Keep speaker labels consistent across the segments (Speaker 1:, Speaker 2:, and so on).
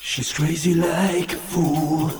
Speaker 1: She's crazy like a fool.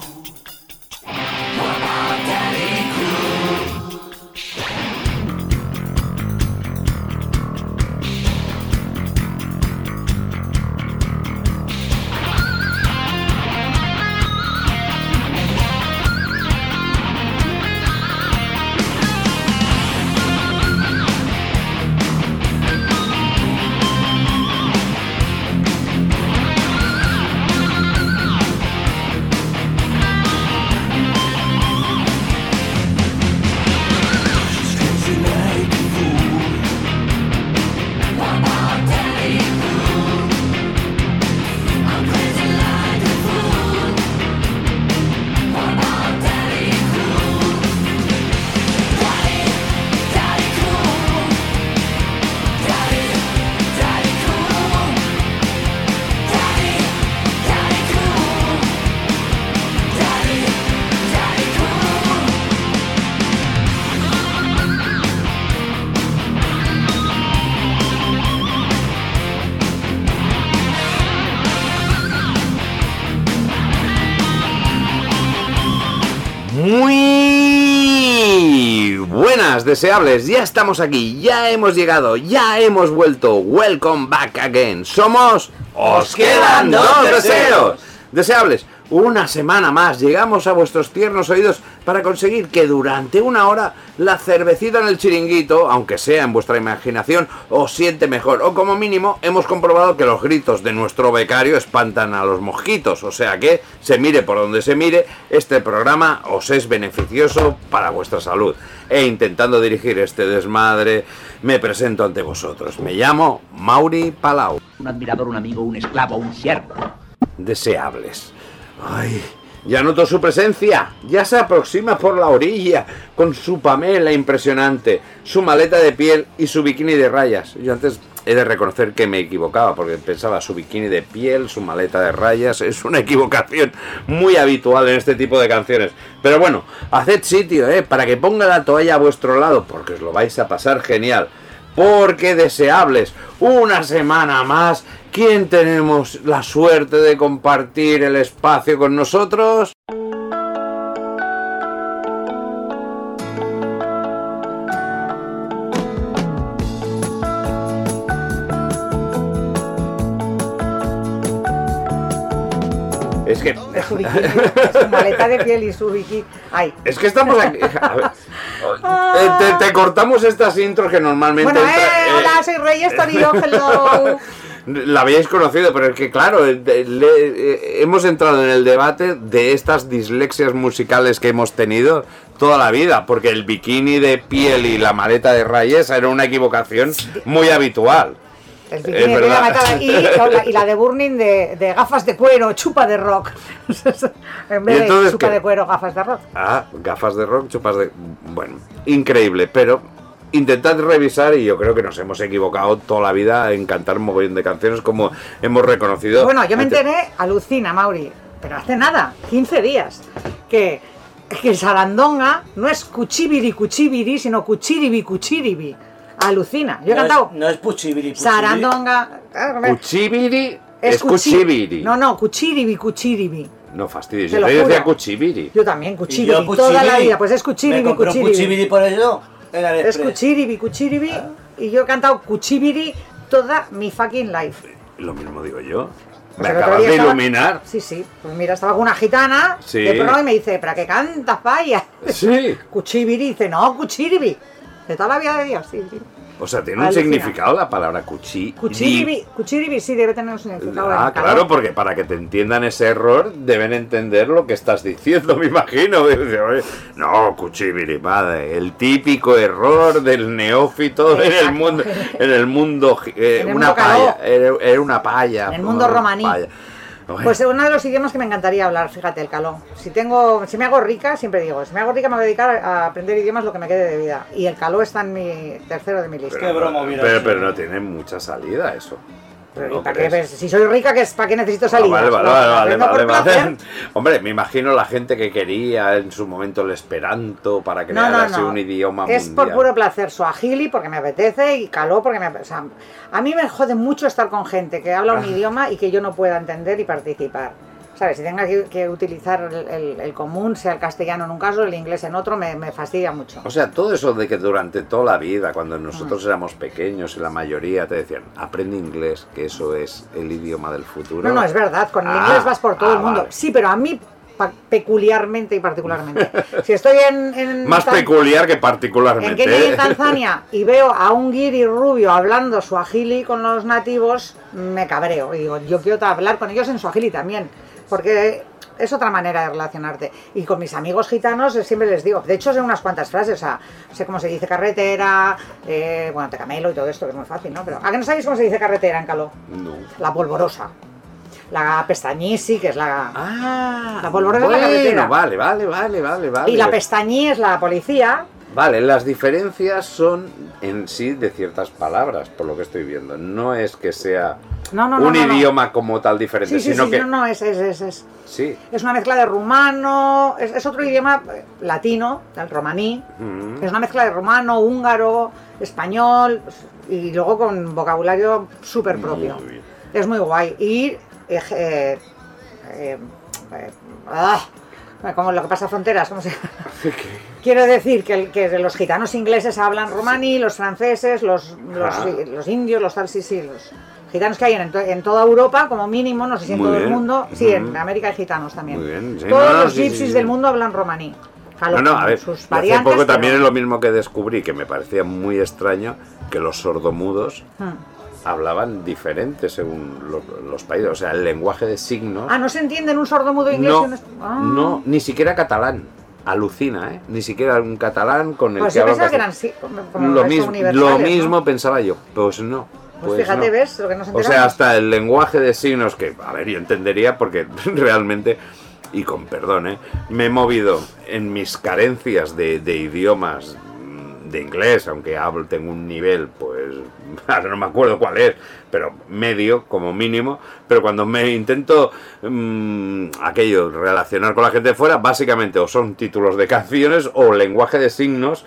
Speaker 1: She's crazy like a fool.
Speaker 2: Muy buenas, deseables. Ya estamos aquí, ya hemos llegado, ya hemos vuelto. Welcome back again. Somos. ¡Os quedan dos deseos! Deseables, una semana más llegamos a vuestros tiernos oídos para conseguir que durante una hora la cervecita en el chiringuito, aunque sea en vuestra imaginación, os siente mejor. O como mínimo, hemos comprobado que los gritos de nuestro becario espantan a los mosquitos. O sea que, se mire por donde se mire, este programa os es beneficioso para vuestra salud. E intentando dirigir este desmadre, me presento ante vosotros. Me llamo Mauri Palau
Speaker 3: un admirador, un amigo, un esclavo, un siervo.
Speaker 2: deseables. Ay, ya noto su presencia. Ya se aproxima por la orilla con su pamela impresionante, su maleta de piel y su bikini de rayas. Yo antes he de reconocer que me equivocaba porque pensaba su bikini de piel, su maleta de rayas. Es una equivocación muy habitual en este tipo de canciones. Pero bueno, haced sitio, ¿eh? Para que ponga la toalla a vuestro lado porque os lo vais a pasar genial porque deseables. Una semana más, ¿quién tenemos la suerte de compartir el espacio con nosotros? Es que,
Speaker 4: su bikini, su maleta de piel y su bikini. Ay.
Speaker 2: es que estamos aquí. a ver, eh, te, te cortamos estas intros que normalmente.
Speaker 4: Ah. Bueno, eh,
Speaker 2: entra- eh,
Speaker 4: hola, soy Reyes Torino, hello.
Speaker 2: La habíais conocido, pero es que claro, eh, de- le- eh, hemos entrado en el debate de estas dislexias musicales que hemos tenido toda la vida, porque el bikini de piel y la maleta de rayas era una equivocación muy habitual.
Speaker 4: El
Speaker 2: Es
Speaker 4: bikini de
Speaker 2: verdad.
Speaker 4: la matada y, la- y la de Burning de, de gafas de cuero, chupa de rock. en
Speaker 2: ¿Y
Speaker 4: vez de
Speaker 2: entonces
Speaker 4: chupa
Speaker 2: qué?
Speaker 4: de cuero, gafas de rock.
Speaker 2: Ah, gafas de rock, chupas de... Bueno, increíble, pero intentad revisar y yo creo que nos hemos equivocado toda la vida en cantar un mogollón de canciones como hemos reconocido.
Speaker 4: Bueno, yo me
Speaker 2: antes.
Speaker 4: enteré, alucina, Mauri, pero hace nada, 15 días, que, que Sarandonga no es cuchibiri cuchibiri, sino cuchiribi cuchiribi. Alucina. Yo he
Speaker 5: no
Speaker 4: cantado
Speaker 5: Es, no es Puchibiri. Puchibiri.
Speaker 4: Sarandonga. ah,
Speaker 2: Cuchibiri
Speaker 4: Es
Speaker 2: es cuchibiri.
Speaker 4: cuchi- No, no, cuchiribi cuchiribi.
Speaker 2: No fastidies,
Speaker 4: Te
Speaker 2: yo
Speaker 4: lo
Speaker 2: te decía
Speaker 4: juro.
Speaker 2: cuchibiri.
Speaker 4: Yo también,
Speaker 5: Y
Speaker 4: cuchiribi,
Speaker 5: yo
Speaker 4: toda la
Speaker 5: Puchibiri.
Speaker 4: vida. Pues es
Speaker 5: Me
Speaker 4: cuchiribi,
Speaker 5: compró un
Speaker 4: cuchiribi.
Speaker 5: Puchibiri por eso. En
Speaker 4: Es
Speaker 5: Aliexpress.
Speaker 4: cuchiribi, cuchiribi.
Speaker 5: Ah.
Speaker 4: Y yo he cantado cuchibiri toda mi fucking life.
Speaker 2: Lo mismo digo yo.
Speaker 4: Pues
Speaker 2: Me
Speaker 4: el otro
Speaker 2: acabas
Speaker 4: día
Speaker 2: de
Speaker 4: estaba-
Speaker 2: iluminar.
Speaker 4: Sí, sí. Pues mira, estaba con una gitana
Speaker 2: Sí.
Speaker 4: de pro y me dice, ¿para qué cantas, paya?
Speaker 2: Sí.
Speaker 4: Cuchibiri. Dice, no, cuchiribi. De toda la vida de Dios, sí, sí.
Speaker 2: O sea, tiene un
Speaker 4: Alucina.
Speaker 2: significado la palabra cuchi.
Speaker 4: Cuchiribi, cuchiribi sí debe tener un significado.
Speaker 2: Ah,
Speaker 4: en
Speaker 2: claro,
Speaker 4: catalán.
Speaker 2: porque para que te entiendan ese error deben entender lo que estás diciendo, me imagino. Dice, "Oye, No, cuchibiri, madre, el típico error del neófito en el
Speaker 4: Exacto.
Speaker 2: mundo, en el mundo, gi- eh,
Speaker 4: En el
Speaker 2: una
Speaker 4: mundo
Speaker 2: palla,
Speaker 4: caló.
Speaker 2: era, era una palla.
Speaker 4: En el mundo
Speaker 2: una
Speaker 4: romaní.
Speaker 2: palla. Bueno,
Speaker 4: Pues es uno de los idiomas que me encantaría hablar, fíjate, el calón. Si tengo, si me hago rica, siempre digo, si me hago rica me voy a dedicar a aprender idiomas lo que me quede de vida. Y el caló está en mi tercero de mi lista.
Speaker 5: qué broma hubiera
Speaker 2: pero,
Speaker 5: sido.
Speaker 2: pero no tiene mucha salida eso.
Speaker 4: Pero, ¿y
Speaker 2: ¿No
Speaker 4: para qué
Speaker 2: crees?
Speaker 4: ves? Si soy rica, ¿qué es- ¿para qué necesito
Speaker 2: Ah,
Speaker 4: salir?
Speaker 2: vale, vale, vale, vale, vale. Hombre, me imagino la gente que quería en su momento el esperanto para crear
Speaker 4: No, no,
Speaker 2: así
Speaker 4: no.
Speaker 2: un idioma
Speaker 4: es
Speaker 2: mundial.
Speaker 4: por puro placer. Suajili porque me apetece y caló porque me apetece.
Speaker 2: Ah.
Speaker 4: a mí me jode mucho estar con gente que habla un idioma y que yo no pueda entender y participar. ¿Sabes? Si tenga que, que utilizar el, el- el común, sea el castellano en un caso, el inglés en otro, me, me fastidia mucho.
Speaker 2: O sea, todo eso de que durante toda la vida, cuando nosotros éramos pequeños y la mayoría te decían, aprende inglés, que eso es el idioma del futuro.
Speaker 4: No, no, es verdad, con el
Speaker 2: Ah,
Speaker 4: inglés vas por todo
Speaker 2: ah,
Speaker 4: el mundo.
Speaker 2: vale.
Speaker 4: Sí, pero a mí pa- peculiarmente y particularmente. Si estoy en... en
Speaker 2: Más
Speaker 4: Tan-
Speaker 2: peculiar que
Speaker 4: En
Speaker 2: particularmente.
Speaker 4: Kenia y en
Speaker 2: ¿eh?
Speaker 4: Tanzania y veo a un guiri rubio hablando suajili con los nativos, me cabreo. Y digo, yo quiero hablar con ellos en suajili también, porque es otra manera de relacionarte. Y con mis amigos gitanos eh, siempre les digo, de hecho sé unas cuantas frases, o sea, sé cómo se dice carretera, eh, bueno, te camelo y todo esto, que es muy fácil, ¿no? Pero ¿a qué no sabéis cómo se dice carretera en caló?
Speaker 2: No.
Speaker 4: La polvorosa. La pestañisi, que es la...
Speaker 2: Ah,
Speaker 4: La polvorosa es la
Speaker 2: bueno,
Speaker 4: carretera.
Speaker 2: vale, vale, vale, vale, Ah, vale.
Speaker 4: y la pestañí es la policía,
Speaker 2: Vale, las diferencias son en sí de ciertas palabras, por lo que estoy viendo. No es que sea
Speaker 4: No, no, no,
Speaker 2: un
Speaker 4: no, no.
Speaker 2: idioma como tal diferente,
Speaker 4: Sí, sí,
Speaker 2: sino
Speaker 4: sí,
Speaker 2: que
Speaker 4: no, no, es, es, es, es.
Speaker 2: sí.
Speaker 4: Es una mezcla de rumano, es, es otro idioma eh, latino, el romaní.
Speaker 2: Mm.
Speaker 4: Es una mezcla de rumano, húngaro, español y luego con vocabulario súper propio.
Speaker 2: Muy bien.
Speaker 4: Es muy guay. Y. eh, eh, eh, eh, ah, como lo que pasa a fronteras, ¿cómo se Quiero decir que, el- que los gitanos ingleses hablan romaní, los franceses, los, los,
Speaker 2: Ah.
Speaker 4: los indios, los tal, sí, sí, los gitanos que hay en, to- en toda Europa, como mínimo, no sé si en
Speaker 2: Muy
Speaker 4: todo el
Speaker 2: bien.
Speaker 4: mundo, sí, en
Speaker 2: Ujú.
Speaker 4: América hay gitanos también.
Speaker 2: Muy bien, sí,
Speaker 4: Todos
Speaker 2: no, no,
Speaker 4: los
Speaker 2: sí, sí,
Speaker 4: gypsies
Speaker 2: sí.
Speaker 4: del mundo hablan romaní. Claro,
Speaker 2: No, no,
Speaker 4: con
Speaker 2: a ver, yo
Speaker 4: sus
Speaker 2: hace
Speaker 4: variantes,
Speaker 2: poco
Speaker 4: pero-
Speaker 2: también es lo mismo que descubrí, que me parecía muy extraño que los sordomudos
Speaker 4: Mm.
Speaker 2: hablaban diferente según lo- los países. O sea, el lenguaje de signos
Speaker 4: Ah, no se entiende en un sordo mudo inglés. y
Speaker 2: no,
Speaker 4: un es- Ah.
Speaker 2: no, ni siquiera catalán. Alucina, ¿eh? Ni siquiera un catalán con el
Speaker 4: Pues
Speaker 2: que
Speaker 4: yo
Speaker 2: hablo
Speaker 4: pensaba que
Speaker 2: castellano.
Speaker 4: eran sí, como- como
Speaker 2: lo
Speaker 4: esto
Speaker 2: mismo,
Speaker 4: universales,
Speaker 2: lo
Speaker 4: ¿no?
Speaker 2: mismo pensaba yo. Pues no.
Speaker 4: Pues,
Speaker 2: pues
Speaker 4: fíjate,
Speaker 2: no.
Speaker 4: ves lo que nos
Speaker 2: O
Speaker 4: enteramos.
Speaker 2: sea, hasta el lenguaje de signos que, a ver, yo entendería porque realmente, y con perdón, ¿eh? me he movido en mis carencias de, de idiomas mm, de inglés, aunque hablo, tengo un nivel, pues, ahora no me acuerdo cuál es, pero medio como mínimo, pero cuando me intento mm, aquello relacionar con la gente de fuera, básicamente o son títulos de canciones o lenguaje de signos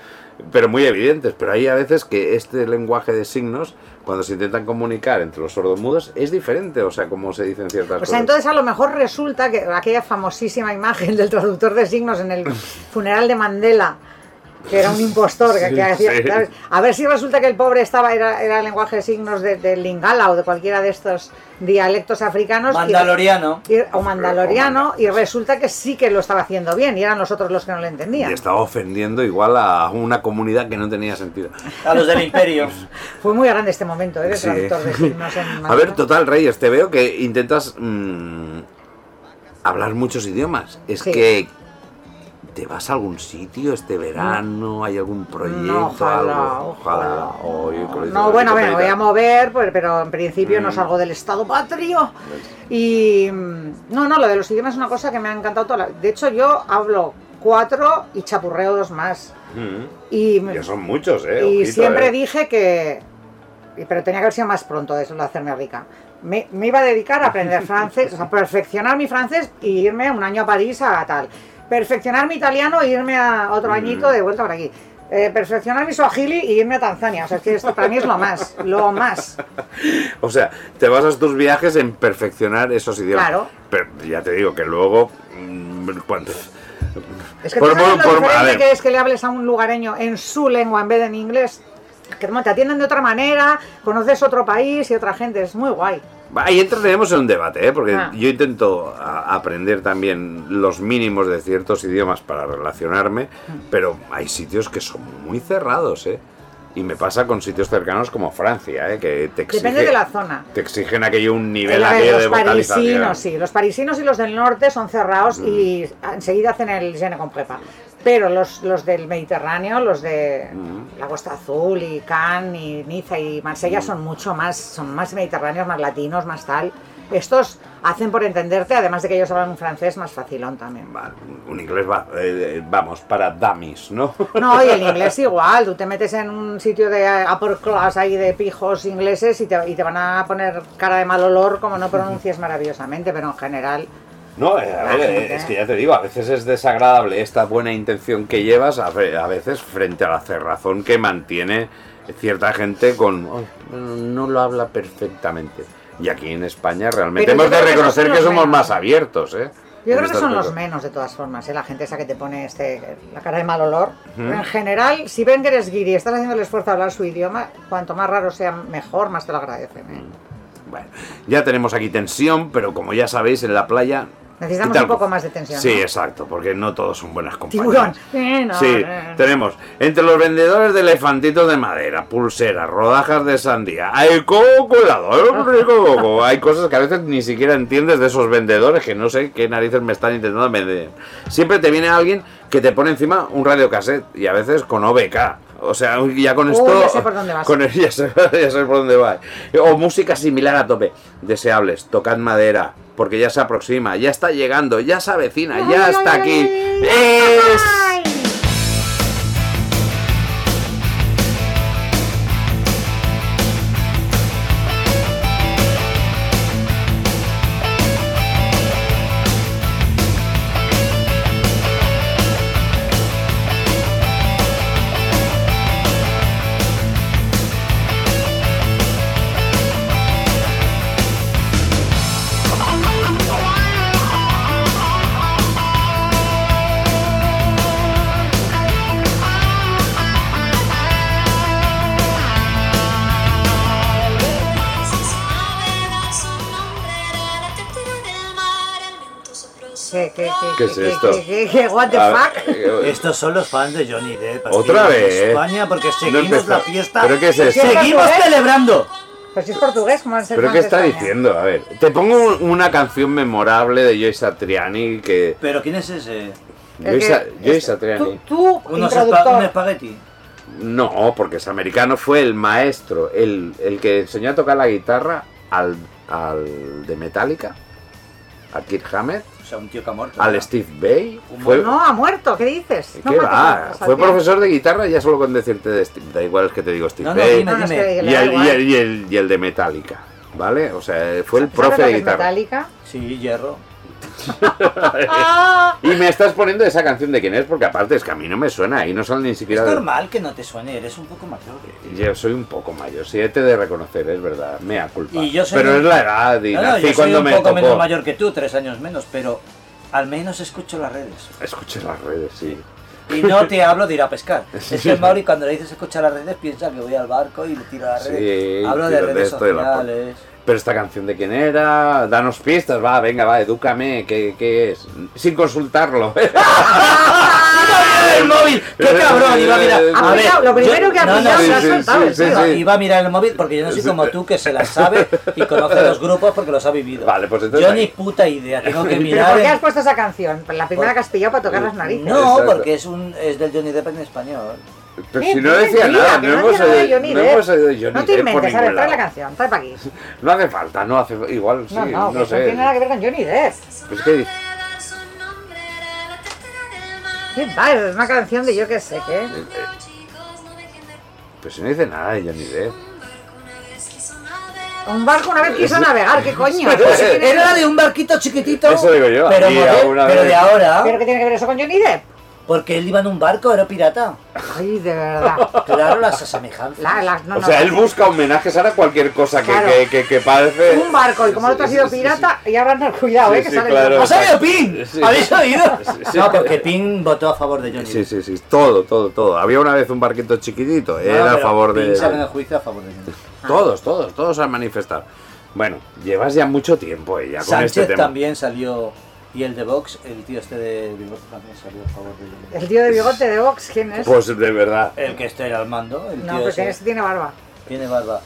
Speaker 2: pero muy evidentes. Pero hay a veces que este lenguaje de signos, cuando se intentan comunicar entre los sordomudos, es diferente. O sea, como se dicen ciertas
Speaker 4: O sea,
Speaker 2: cosas.
Speaker 4: Pues entonces a lo mejor resulta que aquella famosísima imagen del traductor de signos en el funeral de Mandela, que era un impostor, que- que,
Speaker 2: Sí,
Speaker 4: hacía-
Speaker 2: sí.
Speaker 4: ¿sabes? a ver si resulta que el pobre estaba, era, era el lenguaje de signos de, de Lingala o de cualquiera de estos dialectos africanos. y-
Speaker 5: Mandaloriano.
Speaker 4: y- o mandaloriano, y resulta que sí que lo estaba haciendo bien, y eran nosotros los que no lo
Speaker 2: Y
Speaker 4: entendían.
Speaker 2: estaba ofendiendo igual a una comunidad que no tenía sentido.
Speaker 5: A los del imperio.
Speaker 4: Fue muy grande este momento, ¿eh? de
Speaker 2: Sí.
Speaker 4: traductor de signos en
Speaker 2: A ver,
Speaker 4: Mandela.
Speaker 2: total, Reyes, te veo que intentas mm, hablar muchos idiomas. Es
Speaker 4: Sí.
Speaker 2: que. ¿Te vas a algún sitio este verano? ¿Hay algún proyecto?
Speaker 4: No, ojalá,
Speaker 2: algo?
Speaker 4: ojalá.
Speaker 2: Oye, que lo dice
Speaker 4: No,
Speaker 2: la
Speaker 4: bueno,
Speaker 2: Wikipedia.
Speaker 4: bueno, voy a mover, pues, pero en principio no
Speaker 2: Mm.
Speaker 4: salgo del estado patrio. Y mm, no, no, lo de los idiomas es una cosa que me ha encantado toda la... De hecho, yo hablo cuatro y chapurreo dos más.
Speaker 2: Mm.
Speaker 4: Y,
Speaker 2: Ya son muchos, ¿eh?
Speaker 4: y
Speaker 2: Ojito,
Speaker 4: siempre
Speaker 2: eh.
Speaker 4: dije que... y- Pero tenía que haber sido más pronto eso de hacerme rica. Me, me iba a dedicar a aprender francés, o sea, perfeccionar mi francés y irme un año a París a tal. Perfeccionar mi italiano e irme a otro
Speaker 2: Mm.
Speaker 4: añito de vuelta por aquí. Eh, perfeccionar mi suajili y irme a Tanzania. O sea, es que esto para mí es lo más, lo más.
Speaker 2: O sea, te basas tus viajes en perfeccionar esos idiomas.
Speaker 4: Claro.
Speaker 2: Pero ya te digo que luego. mm, cuando-
Speaker 4: Es que
Speaker 2: Por
Speaker 4: tú sabes
Speaker 2: mo-
Speaker 4: lo
Speaker 2: por- a
Speaker 4: diferente
Speaker 2: ver.
Speaker 4: que es que le hables a un lugareño en su lengua en vez de en inglés. Que como te atienden de otra manera, conoces otro país y otra gente, es muy guay.
Speaker 2: Ahí entraremos en un debate, ¿eh? porque
Speaker 4: Ah.
Speaker 2: yo intento a- aprender también los mínimos de ciertos idiomas para relacionarme,
Speaker 4: Mm.
Speaker 2: pero hay sitios que son muy cerrados, ¿eh? Y me pasa con sitios cercanos como Francia, ¿eh? que te exigen,
Speaker 4: Depende de la zona.
Speaker 2: te exigen aquello un nivel
Speaker 4: Eh,
Speaker 2: aquello
Speaker 4: los
Speaker 2: de vocalización.
Speaker 4: parisinos, sí. Los parisinos y los del norte son cerrados y enseguida hacen el gene con prepa. Pero los, los del Mediterráneo, los de la Costa Azul y Cannes y Niza y Marsella son mucho más, son más mediterráneos, más latinos, más tal. Estos hacen por entenderte, además de que ellos hablan un francés más facilón también.
Speaker 2: Va, Un inglés, va- eh, vamos, para dummies, ¿no?
Speaker 4: No, y el inglés igual. Tú te metes en un sitio de upper class ahí de pijos ingleses y te, y te van a poner cara de mal olor como no pronuncies maravillosamente, pero en general.
Speaker 2: No, eh, a ver, eh, es que ya te digo, a veces es desagradable esta buena intención que llevas, a ve- a veces frente a la cerrazón que mantiene cierta gente con... "Ay, bueno, no lo habla perfectamente. Y aquí en España realmente
Speaker 4: Pero yo
Speaker 2: hemos de
Speaker 4: creo que esos
Speaker 2: reconocer
Speaker 4: son
Speaker 2: que
Speaker 4: los
Speaker 2: somos
Speaker 4: menos.
Speaker 2: más abiertos, ¿eh?
Speaker 4: Yo
Speaker 2: En
Speaker 4: creo que
Speaker 2: estas
Speaker 4: son los
Speaker 2: cosas.
Speaker 4: menos de todas formas, ¿eh? la gente esa que te pone este, la cara de mal olor. Pero en general, si ven que eres guiri y estás haciendo el esfuerzo de hablar su idioma, cuanto más raro sea, mejor, más te lo agradecen. ¿eh?
Speaker 2: Bueno, ya tenemos aquí tensión, pero como ya sabéis, en la playa.
Speaker 4: Necesitamos
Speaker 2: Tal-
Speaker 4: un poco más de tensión.
Speaker 2: Sí,
Speaker 4: ¿no?
Speaker 2: exacto, porque no todos son buenas compañías.
Speaker 4: Tiburón. Eh, no,
Speaker 2: sí,
Speaker 4: eh, no.
Speaker 2: tenemos entre los vendedores de elefantitos de madera, pulseras, rodajas de sandía, hay coco helado, hay un rico coco. Hay cosas que a veces ni siquiera entiendes de esos vendedores que no sé qué narices me están intentando vender. Siempre te viene alguien que te pone encima un radiocassette y a veces con OBK. O sea, ya con
Speaker 4: Uy,
Speaker 2: esto.
Speaker 4: ya sé por dónde vas.
Speaker 2: con- ya sé, ya sé por dónde va. O música similar a tope. Deseables, tocad madera, porque ya se aproxima, ya está llegando, ya se avecina, ya está aquí. Es...
Speaker 6: Sin soledad, su nombre era la criatura del mar, el viento soplo
Speaker 4: ¿Qué, qué, qué,
Speaker 2: ¿Qué es esto?
Speaker 4: ¿Qué, qué, qué, what the
Speaker 2: A ver,
Speaker 4: fuck?
Speaker 2: eh,
Speaker 5: Estos son los fans de Johnny Depp. así,
Speaker 2: Otra
Speaker 5: de
Speaker 2: vez.
Speaker 5: España, porque seguimos
Speaker 2: empezó.
Speaker 5: la fiesta.
Speaker 2: ¿Pero qué es esto?
Speaker 5: Seguimos
Speaker 4: ¿Qué? eh?
Speaker 5: celebrando.
Speaker 4: Pues si es portugués, ¿cómo van a ser
Speaker 2: ¿Pero
Speaker 4: fans
Speaker 2: qué
Speaker 4: de
Speaker 2: está
Speaker 4: España?
Speaker 2: diciendo? A ver, te pongo un- una canción memorable de Joy Satriani que...
Speaker 5: ¿Pero quién es ese?
Speaker 4: Es
Speaker 2: Joy,
Speaker 4: que-
Speaker 2: Sa- Joy
Speaker 4: es-
Speaker 2: Satriani.
Speaker 4: Tú, tú
Speaker 5: ¿Unos espa- ¿Un
Speaker 4: introductor.
Speaker 5: espagueti?
Speaker 2: No, porque es americano, fue el maestro, el, el que enseñó a tocar la guitarra al, al de Metallica, a Kirk Hammett,
Speaker 5: O sea, un tío que ha muerto.
Speaker 2: al
Speaker 5: ¿no?
Speaker 2: Steve Bay.
Speaker 5: Un
Speaker 2: Fue,
Speaker 4: No, ha muerto, ¿qué dices? No
Speaker 2: ¿Qué
Speaker 4: mates a-
Speaker 2: va?
Speaker 4: a
Speaker 2: Fue
Speaker 4: Satián.
Speaker 2: profesor de guitarra, ya solo con decirte de Steve. Da igual es que te digo Steve
Speaker 5: No, no,
Speaker 2: Bay.
Speaker 5: dime,
Speaker 4: No, no, es que
Speaker 5: dime.
Speaker 4: le
Speaker 2: y,
Speaker 4: da
Speaker 2: el, y,
Speaker 4: igual.
Speaker 2: el, y el- y el de Metallica, ¿vale? O sea, fue el
Speaker 4: ¿Sabes lo
Speaker 2: profe
Speaker 4: que
Speaker 2: de
Speaker 4: es
Speaker 2: guitarra.
Speaker 4: Metallica?
Speaker 5: Sí, hierro.
Speaker 2: Y me estás poniendo esa canción de quién es, porque aparte es que a mí no me suena y no son ni
Speaker 5: Es
Speaker 2: siquiera. de-
Speaker 5: normal que no te suene, eres un poco mayor.
Speaker 2: Yo soy un poco mayor, sí, te he de reconocer, es verdad, me ha culpa.
Speaker 5: Y yo soy
Speaker 2: Pero
Speaker 5: un-
Speaker 2: es la edad y
Speaker 5: No, no,
Speaker 2: nací
Speaker 5: yo soy
Speaker 2: cuando
Speaker 5: un
Speaker 2: me
Speaker 5: poco
Speaker 2: tocó.
Speaker 5: menos mayor que tú, tres años menos, pero al menos escucho las redes.
Speaker 2: Escuché las redes, sí.
Speaker 5: Y no te hablo de ir a pescar. Es que el Mauri cuando le dices escuchar las redes piensa que voy al barco y le tiro las
Speaker 2: Sí,
Speaker 5: redes. hablo de
Speaker 2: tiro de
Speaker 5: redes
Speaker 2: esto, de la foto.
Speaker 5: sociales.
Speaker 2: Pero esta canción de quién era, danos pistas, va, venga, va, edúcame, ¿qué, qué es? Sin consultarlo.
Speaker 5: el móvil! ¡Qué cabrón! Iba a mirar.
Speaker 4: Ha
Speaker 5: A ver,
Speaker 4: pillado, lo primero que ha
Speaker 5: no, no,
Speaker 4: pillado
Speaker 5: sí,
Speaker 4: se ha
Speaker 5: sí,
Speaker 4: soltado
Speaker 2: sí,
Speaker 4: el
Speaker 2: sí,
Speaker 4: tío.
Speaker 2: sí.
Speaker 5: Iba a mirar el móvil porque yo no soy como tú que se las sabe y conoce los grupos porque los ha vivido.
Speaker 2: Vale, pues entonces
Speaker 5: Yo
Speaker 2: ahí.
Speaker 5: ni puta idea, tengo que
Speaker 4: ¿Pero por
Speaker 5: mirar.
Speaker 4: qué
Speaker 5: en-
Speaker 4: has puesto esa canción? Pues La primera que has pillado para tocar
Speaker 2: Eh,
Speaker 4: las narices.
Speaker 5: No,
Speaker 2: Exacto.
Speaker 5: porque es un es del Johnny Depp en español.
Speaker 2: Pero
Speaker 4: Eh,
Speaker 2: si no
Speaker 4: qué
Speaker 2: decía
Speaker 4: mentira,
Speaker 2: nada,
Speaker 4: que
Speaker 2: no
Speaker 4: no
Speaker 2: hemos
Speaker 4: hacía nada de
Speaker 2: oído
Speaker 4: Johnny
Speaker 2: no
Speaker 4: Depp.
Speaker 2: hemos oído Johnny
Speaker 4: No te
Speaker 2: Depp por
Speaker 4: inventes, a ver,
Speaker 2: ningún
Speaker 4: trae la
Speaker 2: lado.
Speaker 4: canción, trae para aquí.
Speaker 2: No hace falta, no hace igual sí,
Speaker 4: No, no,
Speaker 2: no,
Speaker 4: pues no
Speaker 2: sé.
Speaker 4: tiene nada que ver con Johnny Depp.
Speaker 2: Pues que dice-
Speaker 6: Su nombre era la criatura del mar.
Speaker 4: ¿Qué va? Es una canción de yo qué sé qué.
Speaker 6: Pero, chicos, no dejen de-
Speaker 2: Pero si no dice nada de Johnny Depp.
Speaker 6: Un barco una vez quiso navegar.
Speaker 4: Un barco una vez quiso navegar, ¿qué coño? Pues
Speaker 5: Era de un barquito chiquitito.
Speaker 2: Eso digo yo,
Speaker 5: Pero,
Speaker 2: y
Speaker 5: model-
Speaker 2: alguna
Speaker 5: pero
Speaker 2: vez-
Speaker 5: de ahora.
Speaker 4: ¿Pero qué tiene que ver eso con Johnny Depp?
Speaker 5: Porque él iba en un barco, era pirata.
Speaker 4: Ay, de verdad.
Speaker 5: Claro, las asemejanzas.
Speaker 4: La- la- no,
Speaker 2: o
Speaker 4: no,
Speaker 2: sea,
Speaker 4: no.
Speaker 2: él busca homenajes ahora a cualquier cosa que,
Speaker 4: Claro.
Speaker 2: que, que, que parece.
Speaker 4: Un barco, y como el otro ha sido pirata, y ahora no, cuidado,
Speaker 2: Sí,
Speaker 4: eh, que
Speaker 2: sí,
Speaker 4: sale
Speaker 2: claro.
Speaker 5: ¿Has oído Pin?
Speaker 2: Sí.
Speaker 5: ¿Habéis oído?
Speaker 2: sí.
Speaker 5: No, porque Pin votó a favor de Johnny.
Speaker 2: Sí, sí, sí, todo, todo, todo. Había una vez un barquito chiquitito,
Speaker 5: No,
Speaker 2: era a
Speaker 5: pero Ah.
Speaker 2: favor
Speaker 5: Pin sacó en el
Speaker 2: de.
Speaker 5: juicio a favor de Johnny.
Speaker 2: Todos, todos, todos han manifestado. Bueno, llevas ya mucho tiempo ella con
Speaker 5: Sánchez
Speaker 2: este tema.
Speaker 5: también salió. Y el de Vox, el tío este de Vox también salió a favor de Johnny.
Speaker 4: El tío de bigote de Vox, ¿quién es?
Speaker 2: Pues de verdad.
Speaker 5: El que está al mando, el
Speaker 4: No,
Speaker 5: tío
Speaker 4: porque
Speaker 5: ese.
Speaker 4: este tiene barba.
Speaker 5: Tiene barba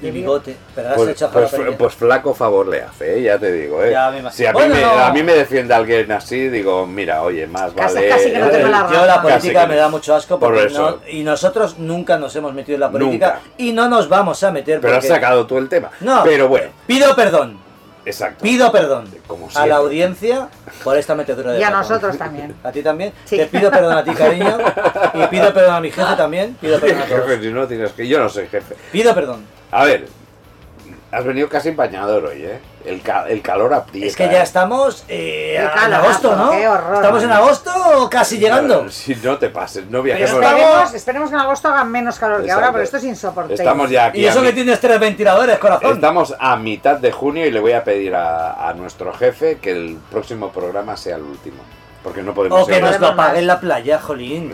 Speaker 5: y
Speaker 4: ¿Y
Speaker 5: bigote. Pero ahora se
Speaker 2: Pues,
Speaker 5: echa
Speaker 2: pues-
Speaker 5: jalapeño.
Speaker 2: pues flaco favor le hace, ¿eh? ya te digo. ¿eh?
Speaker 5: Ya me imagino.
Speaker 2: si a mí,
Speaker 5: Bueno,
Speaker 2: me,
Speaker 5: no.
Speaker 2: a mí me defiende alguien así, digo, mira, oye, más
Speaker 4: Casi-
Speaker 2: vale.
Speaker 4: casi que no tengo la
Speaker 2: eh,
Speaker 4: razón.
Speaker 5: Yo la
Speaker 4: Casi
Speaker 5: política
Speaker 2: que-
Speaker 5: me da mucho asco
Speaker 2: por
Speaker 5: porque
Speaker 2: eso.
Speaker 5: no- y nosotros nunca nos hemos metido en la política
Speaker 2: Nunca.
Speaker 5: y no nos vamos a meter
Speaker 2: Pero has
Speaker 5: porque-
Speaker 2: sacado tú el tema.
Speaker 5: No,
Speaker 2: Pero bueno,
Speaker 5: Pido perdón.
Speaker 2: exacto.
Speaker 5: Pido perdón
Speaker 2: Eh, Como
Speaker 5: a
Speaker 2: siempre.
Speaker 5: la audiencia por esta metedura de
Speaker 4: Y a
Speaker 5: pata.
Speaker 4: nosotros también.
Speaker 5: A ti también.
Speaker 4: Sí.
Speaker 5: Te pido perdón a ti, cariño. Y pido perdón a mi jefe también. Pido perdón a todos.
Speaker 2: Jefe, si no tienes que. Yo no soy jefe.
Speaker 5: Pido perdón.
Speaker 2: A ver, Has venido casi en bañador hoy, ¿eh? El, ca- el calor aprieta.
Speaker 5: Es que ya
Speaker 2: ¿eh?
Speaker 5: estamos eh,
Speaker 4: Qué
Speaker 5: en
Speaker 4: calorazo,
Speaker 5: agosto, ¿no?
Speaker 4: qué horror.
Speaker 5: estamos en agosto o casi llegando.
Speaker 2: Si no te pases, no viajes
Speaker 5: Pero
Speaker 2: por
Speaker 5: estamos-
Speaker 4: Esperemos, esperemos que en agosto haga menos calor que ahora,
Speaker 2: Exacto.
Speaker 4: pero esto es insoportable.
Speaker 2: Estamos ya aquí.
Speaker 5: Y
Speaker 2: a
Speaker 5: eso
Speaker 2: mi-
Speaker 5: que tienes tres ventiladores, corazón.
Speaker 2: Estamos a mitad de junio y le voy a pedir a, a nuestro jefe que el próximo programa sea el último. Porque no podemos
Speaker 5: O que
Speaker 2: ser
Speaker 5: nos
Speaker 2: más-
Speaker 5: lo pague en la playa, jolín.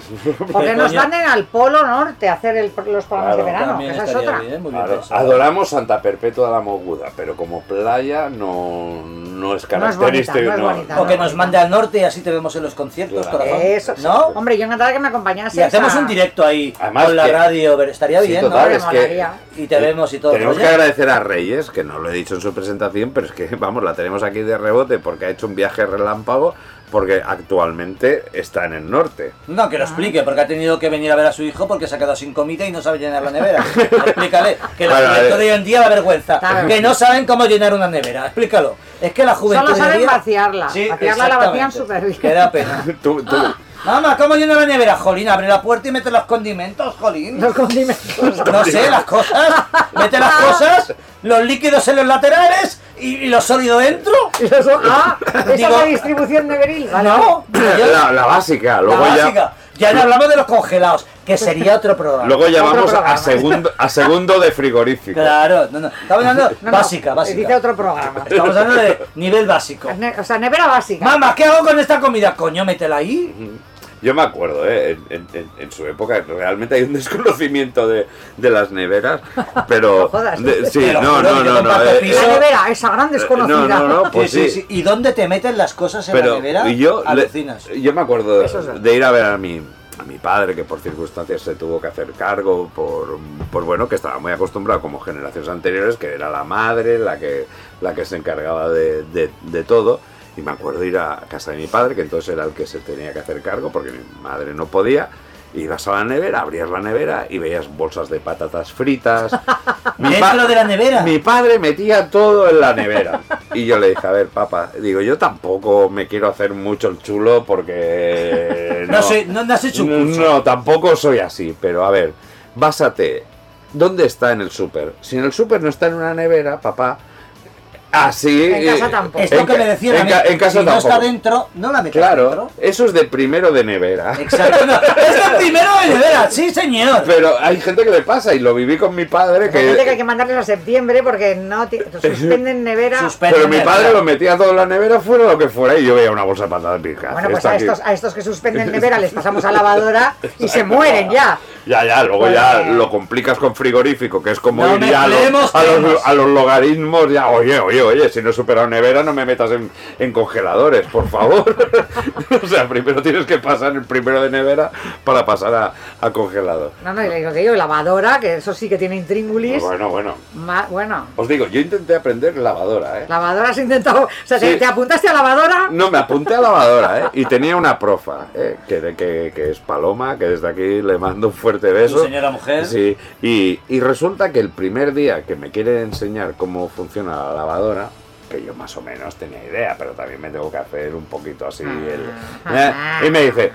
Speaker 4: Porque
Speaker 5: Qué
Speaker 4: nos
Speaker 5: coño.
Speaker 4: manden al polo norte a hacer el- los programas
Speaker 2: Claro,
Speaker 4: de verano,
Speaker 5: También
Speaker 4: que esa es
Speaker 5: estaría
Speaker 4: otra.
Speaker 5: bien, muy bien
Speaker 2: Claro,
Speaker 5: pensado.
Speaker 2: adoramos Santa Perpetua de la Moguda, pero como playa no, no es característico.
Speaker 4: bonita, no es bonita,
Speaker 5: O que nos mande al norte y así te vemos en los conciertos,
Speaker 2: Claro.
Speaker 5: corazón.
Speaker 4: Eso,
Speaker 5: ¿No?
Speaker 4: Hombre, yo encantada que me acompañases.
Speaker 5: Y hacemos
Speaker 4: a-
Speaker 5: un directo ahí
Speaker 2: Además
Speaker 5: con la
Speaker 2: que-
Speaker 5: radio, pero estaría
Speaker 2: Sí,
Speaker 5: bien,
Speaker 2: total,
Speaker 4: Hombre,
Speaker 2: es
Speaker 5: ¿no?
Speaker 2: que
Speaker 4: molaría.
Speaker 5: Y te vemos y todo.
Speaker 2: Tenemos
Speaker 5: ¿no?
Speaker 2: que agradecer a Reyes, que no lo he dicho en su presentación, pero es que vamos, la tenemos aquí de rebote porque ha hecho un viaje relámpago, porque actualmente está en el norte.
Speaker 5: No, que lo explique, porque ha tenido que venir a ver a su hijo porque se ha quedado sin comida y no sabe llenar la nevera. Explícale, que la
Speaker 2: Bueno, a
Speaker 5: juventud
Speaker 2: ver.
Speaker 5: de hoy en día da vergüenza,
Speaker 4: Claro.
Speaker 5: que no saben cómo llenar una nevera. Explícalo. Es que la juventud
Speaker 4: Solo
Speaker 5: de hoy
Speaker 4: saben
Speaker 5: en día-
Speaker 4: vaciarla. Vaciarla la vacían súper bien.
Speaker 5: Que da pena.
Speaker 2: Tú, tú,
Speaker 5: Ah. Mamá, ¿cómo lleno la nevera? Jolín, abre la puerta y mete los condimentos, jolín.
Speaker 4: Los condimentos.
Speaker 5: No sé, las cosas. Mete las cosas, los líquidos en los laterales y, y los sólidos dentro.
Speaker 4: Ah, esa
Speaker 5: Digo-
Speaker 4: es la distribución de Beril. Vale,
Speaker 5: Ah, No, yo-
Speaker 2: la, la básica, luego
Speaker 5: la
Speaker 2: ya-
Speaker 5: básica. Ya no hablamos de los congelados, que sería otro programa.
Speaker 2: Luego ya
Speaker 4: Otro
Speaker 2: vamos a
Speaker 4: programa.
Speaker 2: segundo, a segundo de frigorífico.
Speaker 5: Claro, no, no. Estamos hablando
Speaker 4: No, no,
Speaker 5: básica,
Speaker 4: Dice
Speaker 5: básica.
Speaker 4: otro programa.
Speaker 5: Estamos hablando de nivel básico.
Speaker 4: Ne- O sea, nevera básica.
Speaker 5: Mamá, ¿qué hago con esta comida? Coño, métela ahí.
Speaker 2: Yo me acuerdo, ¿eh? en, en- en- en su época realmente hay un desconocimiento de, de las neveras, pero...
Speaker 4: No jodas.
Speaker 2: de- sí,
Speaker 5: Te lo
Speaker 2: no,
Speaker 5: juro
Speaker 2: no,
Speaker 5: que
Speaker 2: no,
Speaker 5: yo
Speaker 2: no.
Speaker 5: comparto
Speaker 2: eh,
Speaker 5: piso.
Speaker 4: la
Speaker 2: eh,
Speaker 4: nevera, esa gran desconocida.
Speaker 2: no, no, no, pues sí.
Speaker 5: ¿Y dónde te meten las cosas en la
Speaker 2: Pero
Speaker 5: nevera?
Speaker 2: y yo, le-
Speaker 5: Alucinas.
Speaker 2: yo me acuerdo
Speaker 4: Eso es verdad.
Speaker 2: de ir a ver a mi, a mi padre, que por circunstancias se tuvo que hacer cargo, por, por bueno, que estaba muy acostumbrado como generaciones anteriores, que era la madre la que, la que se encargaba de, de- de todo. Y me acuerdo ir a casa de mi padre, que entonces era el que se tenía que hacer cargo, porque mi madre no podía. Ibas a la nevera, abrías la nevera y veías bolsas de patatas fritas. Mi pa-
Speaker 5: Dentro de la nevera.
Speaker 2: mi padre metía todo en la nevera. Y yo le dije, a ver, papá, digo, yo tampoco me quiero hacer mucho el chulo porque.
Speaker 5: No, soy- no- no has hecho un curso.
Speaker 2: No, tampoco soy así, pero a ver, básate. ¿Dónde está en el súper? Si en el súper no está en una nevera, papá. Así.
Speaker 4: En casa
Speaker 2: eh,
Speaker 4: tampoco.
Speaker 5: Es lo
Speaker 2: en
Speaker 5: que
Speaker 2: ca-
Speaker 5: me decían a
Speaker 2: en
Speaker 5: mí,
Speaker 2: ca- en casa
Speaker 5: si no está
Speaker 2: tampoco.
Speaker 5: dentro, no la metas
Speaker 2: Claro,
Speaker 5: dentro.
Speaker 2: eso es de primero de nevera.
Speaker 5: Exacto. no, es el primero de nevera, sí señor.
Speaker 2: Pero hay gente que le pasa y lo viví con mi padre.
Speaker 4: Fíjate que hay que
Speaker 2: Que,
Speaker 4: mandarles a septiembre porque no ti- suspenden nevera.
Speaker 5: Suspe-
Speaker 2: pero mi padre
Speaker 5: Nevera.
Speaker 2: lo metía todo en la nevera, fuera lo que fuera, y yo veía una bolsa de patatas pijas.
Speaker 4: bueno, pues
Speaker 2: Esto
Speaker 4: a
Speaker 2: aquí-
Speaker 4: estos, a estos que suspenden nevera les pasamos a lavadora y se mueren ya.
Speaker 2: Ya, ya, luego ya
Speaker 4: Pues-
Speaker 2: lo complicas con frigorífico, que es como
Speaker 5: No
Speaker 2: ir ya a los,
Speaker 5: mezclemos
Speaker 2: a, los,
Speaker 5: temas.
Speaker 2: a los logaritmos, ya, oye, oye, oye, si no he superado nevera no me metas en, en congeladores, por favor. o sea, primero tienes que pasar el primero de nevera para pasar a, a congelador.
Speaker 4: No, no, y lo que digo, lavadora, que eso sí que tiene intríngulis.
Speaker 2: Bueno, bueno,
Speaker 4: Ma- Bueno,
Speaker 2: os digo, yo intenté aprender lavadora, ¿eh?
Speaker 4: lavadora has intentado. O sea, te,
Speaker 2: Sí.
Speaker 4: te apuntaste a lavadora.
Speaker 2: No, me apunté a lavadora, ¿eh? Y tenía una profa, ¿eh? que, que- que es Paloma, que desde aquí le mando un fuerte beso.
Speaker 5: Tu señora mujer.
Speaker 2: Sí, y, y resulta que el primer día que me quiere enseñar cómo funciona la lavadora, que yo más o menos tenía idea, pero también me tengo que hacer un poquito así el... ¿eh? Y me dice...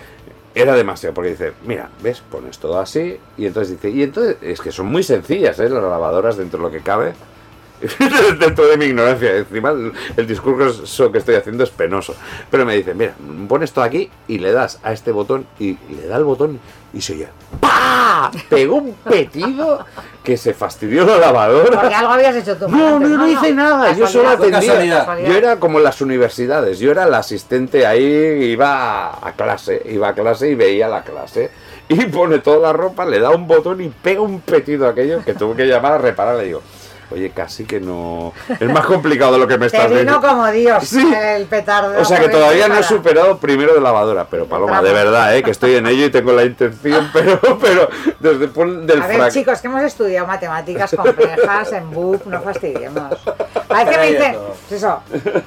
Speaker 2: Era demasiado, porque dice, mira, ves, pones todo así, y entonces dice, y entonces, es que son muy sencillas, ¿eh? Las lavadoras dentro de lo que cabe, dentro de mi ignorancia. Encima, el, el discurso que estoy haciendo es penoso. Pero me dicen, mira, pones todo aquí y le das a este botón y le da el botón y se oye ¡pa! Pegó un petido que se fastidió la
Speaker 4: Porque
Speaker 2: lavadora.
Speaker 4: algo habías hecho tú.
Speaker 2: No, no,
Speaker 4: antes,
Speaker 2: no hice nada, yo solo
Speaker 4: Casualidad.
Speaker 5: Fue
Speaker 2: atendía.
Speaker 5: casualidad.
Speaker 2: Yo era como en las universidades, yo era el asistente ahí, iba a clase, iba a clase y veía la clase. Y pone toda la ropa, le da un botón y pega un petido a aquello que tuve que llamar a reparar. Le digo, oye, casi que no. Es más complicado de lo que me
Speaker 4: Te
Speaker 2: estás
Speaker 4: vino
Speaker 2: diciendo.
Speaker 4: como Dios
Speaker 2: Sí.
Speaker 4: el petardo.
Speaker 2: O sea que
Speaker 4: Joder,
Speaker 2: todavía no he
Speaker 4: para.
Speaker 2: superado primero de lavadora, pero Paloma,
Speaker 4: Bravo.
Speaker 2: de verdad, ¿eh? que estoy en ello y tengo la intención, pero, pero desde después del
Speaker 4: A ver,
Speaker 2: frac-
Speaker 4: chicos, que hemos estudiado matemáticas complejas en BUP, no fastidiemos. A veces me dicen, pues eso,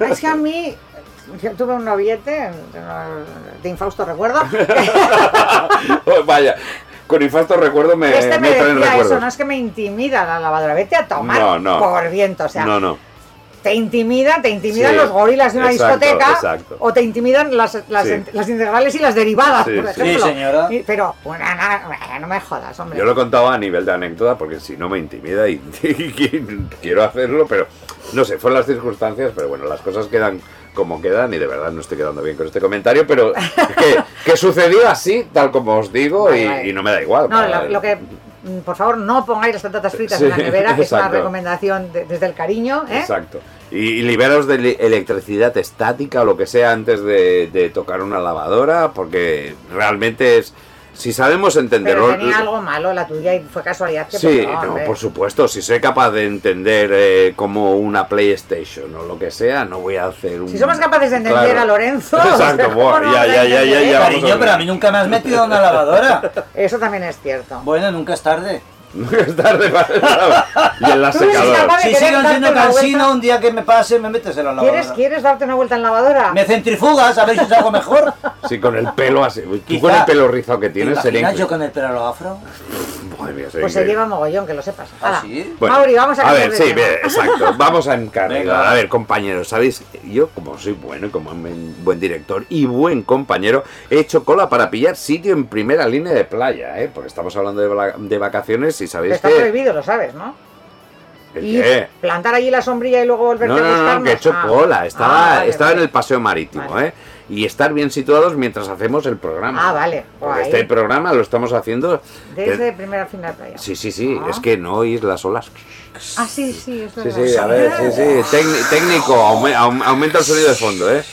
Speaker 4: es que a mí, yo tuve un noviete, de infausto recuerdo,
Speaker 2: Oh, Vaya, con infarto recuerdo me,
Speaker 4: este me
Speaker 2: me traen
Speaker 4: decía
Speaker 2: recuerdos.
Speaker 4: eso, no es que me intimida la lavadora, vete a tomar
Speaker 2: No, no.
Speaker 4: por viento, o sea,
Speaker 2: no, no.
Speaker 4: te intimida, te intimidan
Speaker 2: Sí,
Speaker 4: los gorilas de una
Speaker 2: exacto,
Speaker 4: discoteca
Speaker 2: exacto.
Speaker 4: o te intimidan las, las,
Speaker 2: Sí.
Speaker 4: las integrales y las derivadas,
Speaker 2: Sí,
Speaker 4: por
Speaker 2: sí.
Speaker 4: ejemplo.
Speaker 5: Sí, señora.
Speaker 4: Y- pero, bueno, no, no me jodas, hombre.
Speaker 2: Yo lo he contado a nivel de anécdota porque si no me intimida y, y quiero hacerlo, pero no sé, fueron las circunstancias, pero bueno, las cosas quedan como quedan y de verdad no estoy quedando bien con este comentario, pero que, que sucedió así, tal como os digo,
Speaker 4: Vale,
Speaker 2: y,
Speaker 4: vale.
Speaker 2: y no me da igual.
Speaker 4: No,
Speaker 2: para-
Speaker 4: lo, lo que. mm, Por favor, no pongáis las patatas fritas en la
Speaker 2: Sí,
Speaker 4: nevera, que es
Speaker 2: exacto.
Speaker 4: una recomendación de- desde el cariño. ¿eh?
Speaker 2: Exacto. Y, y liberaos de ele- electricidad estática o lo que sea antes de, de tocar una lavadora, porque realmente es... Si sabemos entenderlo...
Speaker 4: Pero tenía algo malo la tuya y fue casualidad que
Speaker 2: Sí,
Speaker 4: pasó,
Speaker 2: no,
Speaker 4: hombre.
Speaker 2: por supuesto, si soy capaz de entender eh, como una PlayStation o lo que sea, no voy a hacer un...
Speaker 4: Si somos capaces de entender a Lorenzo, o sea,
Speaker 2: Exacto,
Speaker 4: ¿cómo
Speaker 2: buah,
Speaker 4: no
Speaker 2: ya,
Speaker 4: vamos a
Speaker 2: ya, ya, ya,
Speaker 4: entender,
Speaker 2: ya.
Speaker 4: eh?
Speaker 2: vamos
Speaker 5: Cariño,
Speaker 2: ver.
Speaker 5: pero a mí nunca me has metido en una lavadora.
Speaker 4: Eso también es cierto.
Speaker 5: Bueno, nunca es tarde.
Speaker 2: Nunca es tarde para nada. Y en la
Speaker 4: Tú eres
Speaker 2: secadora.
Speaker 4: capaz-
Speaker 5: Si
Speaker 4: ¿querés
Speaker 5: sigo
Speaker 4: darte
Speaker 5: siendo
Speaker 4: una
Speaker 5: cansino,
Speaker 4: vuelta?
Speaker 5: un día que me pase, me metes en la lavadora.
Speaker 4: ¿Quieres, ¿Quieres darte una vuelta en la lavadora?
Speaker 5: Me centrifugas a ver si os hago mejor.
Speaker 2: Sí, con el pelo así. Tú
Speaker 5: Quizá-
Speaker 2: con el pelo rizado que
Speaker 5: ¿Te
Speaker 2: tienes
Speaker 5: imaginas
Speaker 2: sería...
Speaker 5: yo
Speaker 2: increíble.
Speaker 5: con el pelo a lo afro?
Speaker 2: Madre mía, sería
Speaker 4: Pues se
Speaker 2: increíble.
Speaker 4: lleva mogollón, que lo sepas. Hala.
Speaker 5: sí?
Speaker 2: Bueno,
Speaker 4: Mauri, vamos a
Speaker 2: A
Speaker 4: cambiar
Speaker 2: ver,
Speaker 4: de
Speaker 2: sí,
Speaker 4: tema.
Speaker 2: bien, exacto. Vamos a encargar.
Speaker 5: Venga.
Speaker 2: A ver, compañeros, ¿sabéis? Yo, como soy bueno y como un buen director y buen compañero, he hecho cola para pillar sitio en primera línea de playa, ¿eh? Porque estamos hablando de, vla- de vacaciones y
Speaker 4: Pero
Speaker 2: sabéis
Speaker 4: Está
Speaker 2: que...
Speaker 4: prohibido, lo sabes, ¿no?
Speaker 2: ¿El
Speaker 4: Y
Speaker 2: qué?
Speaker 4: plantar allí la sombrilla y luego volverte
Speaker 2: No,
Speaker 4: a buscar.
Speaker 2: no, no, que he hecho
Speaker 4: Ah.
Speaker 2: cola. Estaba,
Speaker 4: Ah, vale,
Speaker 2: estaba en
Speaker 4: vale.
Speaker 2: el paseo marítimo,
Speaker 4: Vale.
Speaker 2: ¿eh? Y estar bien situados mientras hacemos el programa.
Speaker 4: Ah, vale,
Speaker 2: Porque
Speaker 4: guay.
Speaker 2: este programa lo estamos haciendo...
Speaker 4: Desde primera fin de playa.
Speaker 2: Sí, sí, sí.
Speaker 4: Ah.
Speaker 2: Es que no oís las olas.
Speaker 4: Ah, sí, sí, es
Speaker 2: Sí,
Speaker 4: verdad.
Speaker 2: sí, a ver, sí, sí. Tecni- técnico, aume- aum- aumenta el sonido de fondo, ¿eh?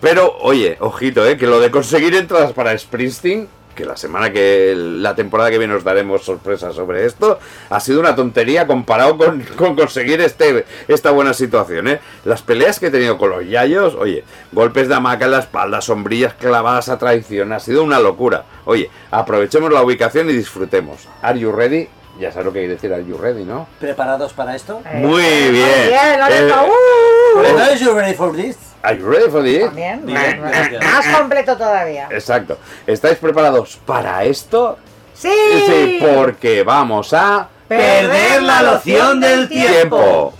Speaker 2: Pero, oye, ojito, ¿eh? Que lo de conseguir entradas para Springsteen, que la semana que. la temporada que viene os daremos sorpresas sobre esto, ha sido una tontería comparado con, con conseguir este, esta buena situación, ¿eh? Las peleas que he tenido con los yayos, oye, golpes de hamaca en la espalda, sombrillas clavadas a traición, ha sido una locura. Oye, aprovechemos la ubicación y disfrutemos. ¿Are you ready? Ya sabes lo que hay que decir, ¿are you ready, no?
Speaker 5: ¿Preparados para esto?
Speaker 4: Eh,
Speaker 2: Muy bien.
Speaker 4: bien, Lorenzo,
Speaker 2: Eh,
Speaker 4: ¡uh!
Speaker 5: Pero ¿No you ready for this?
Speaker 2: Are you ready for this?
Speaker 4: También,
Speaker 5: Bien,
Speaker 4: más-
Speaker 5: gracias.
Speaker 4: más completo todavía.
Speaker 2: Exacto. ¿Estáis preparados para esto?
Speaker 4: Sí,
Speaker 2: Sí, porque vamos a
Speaker 5: perder la loción del
Speaker 2: tiempo.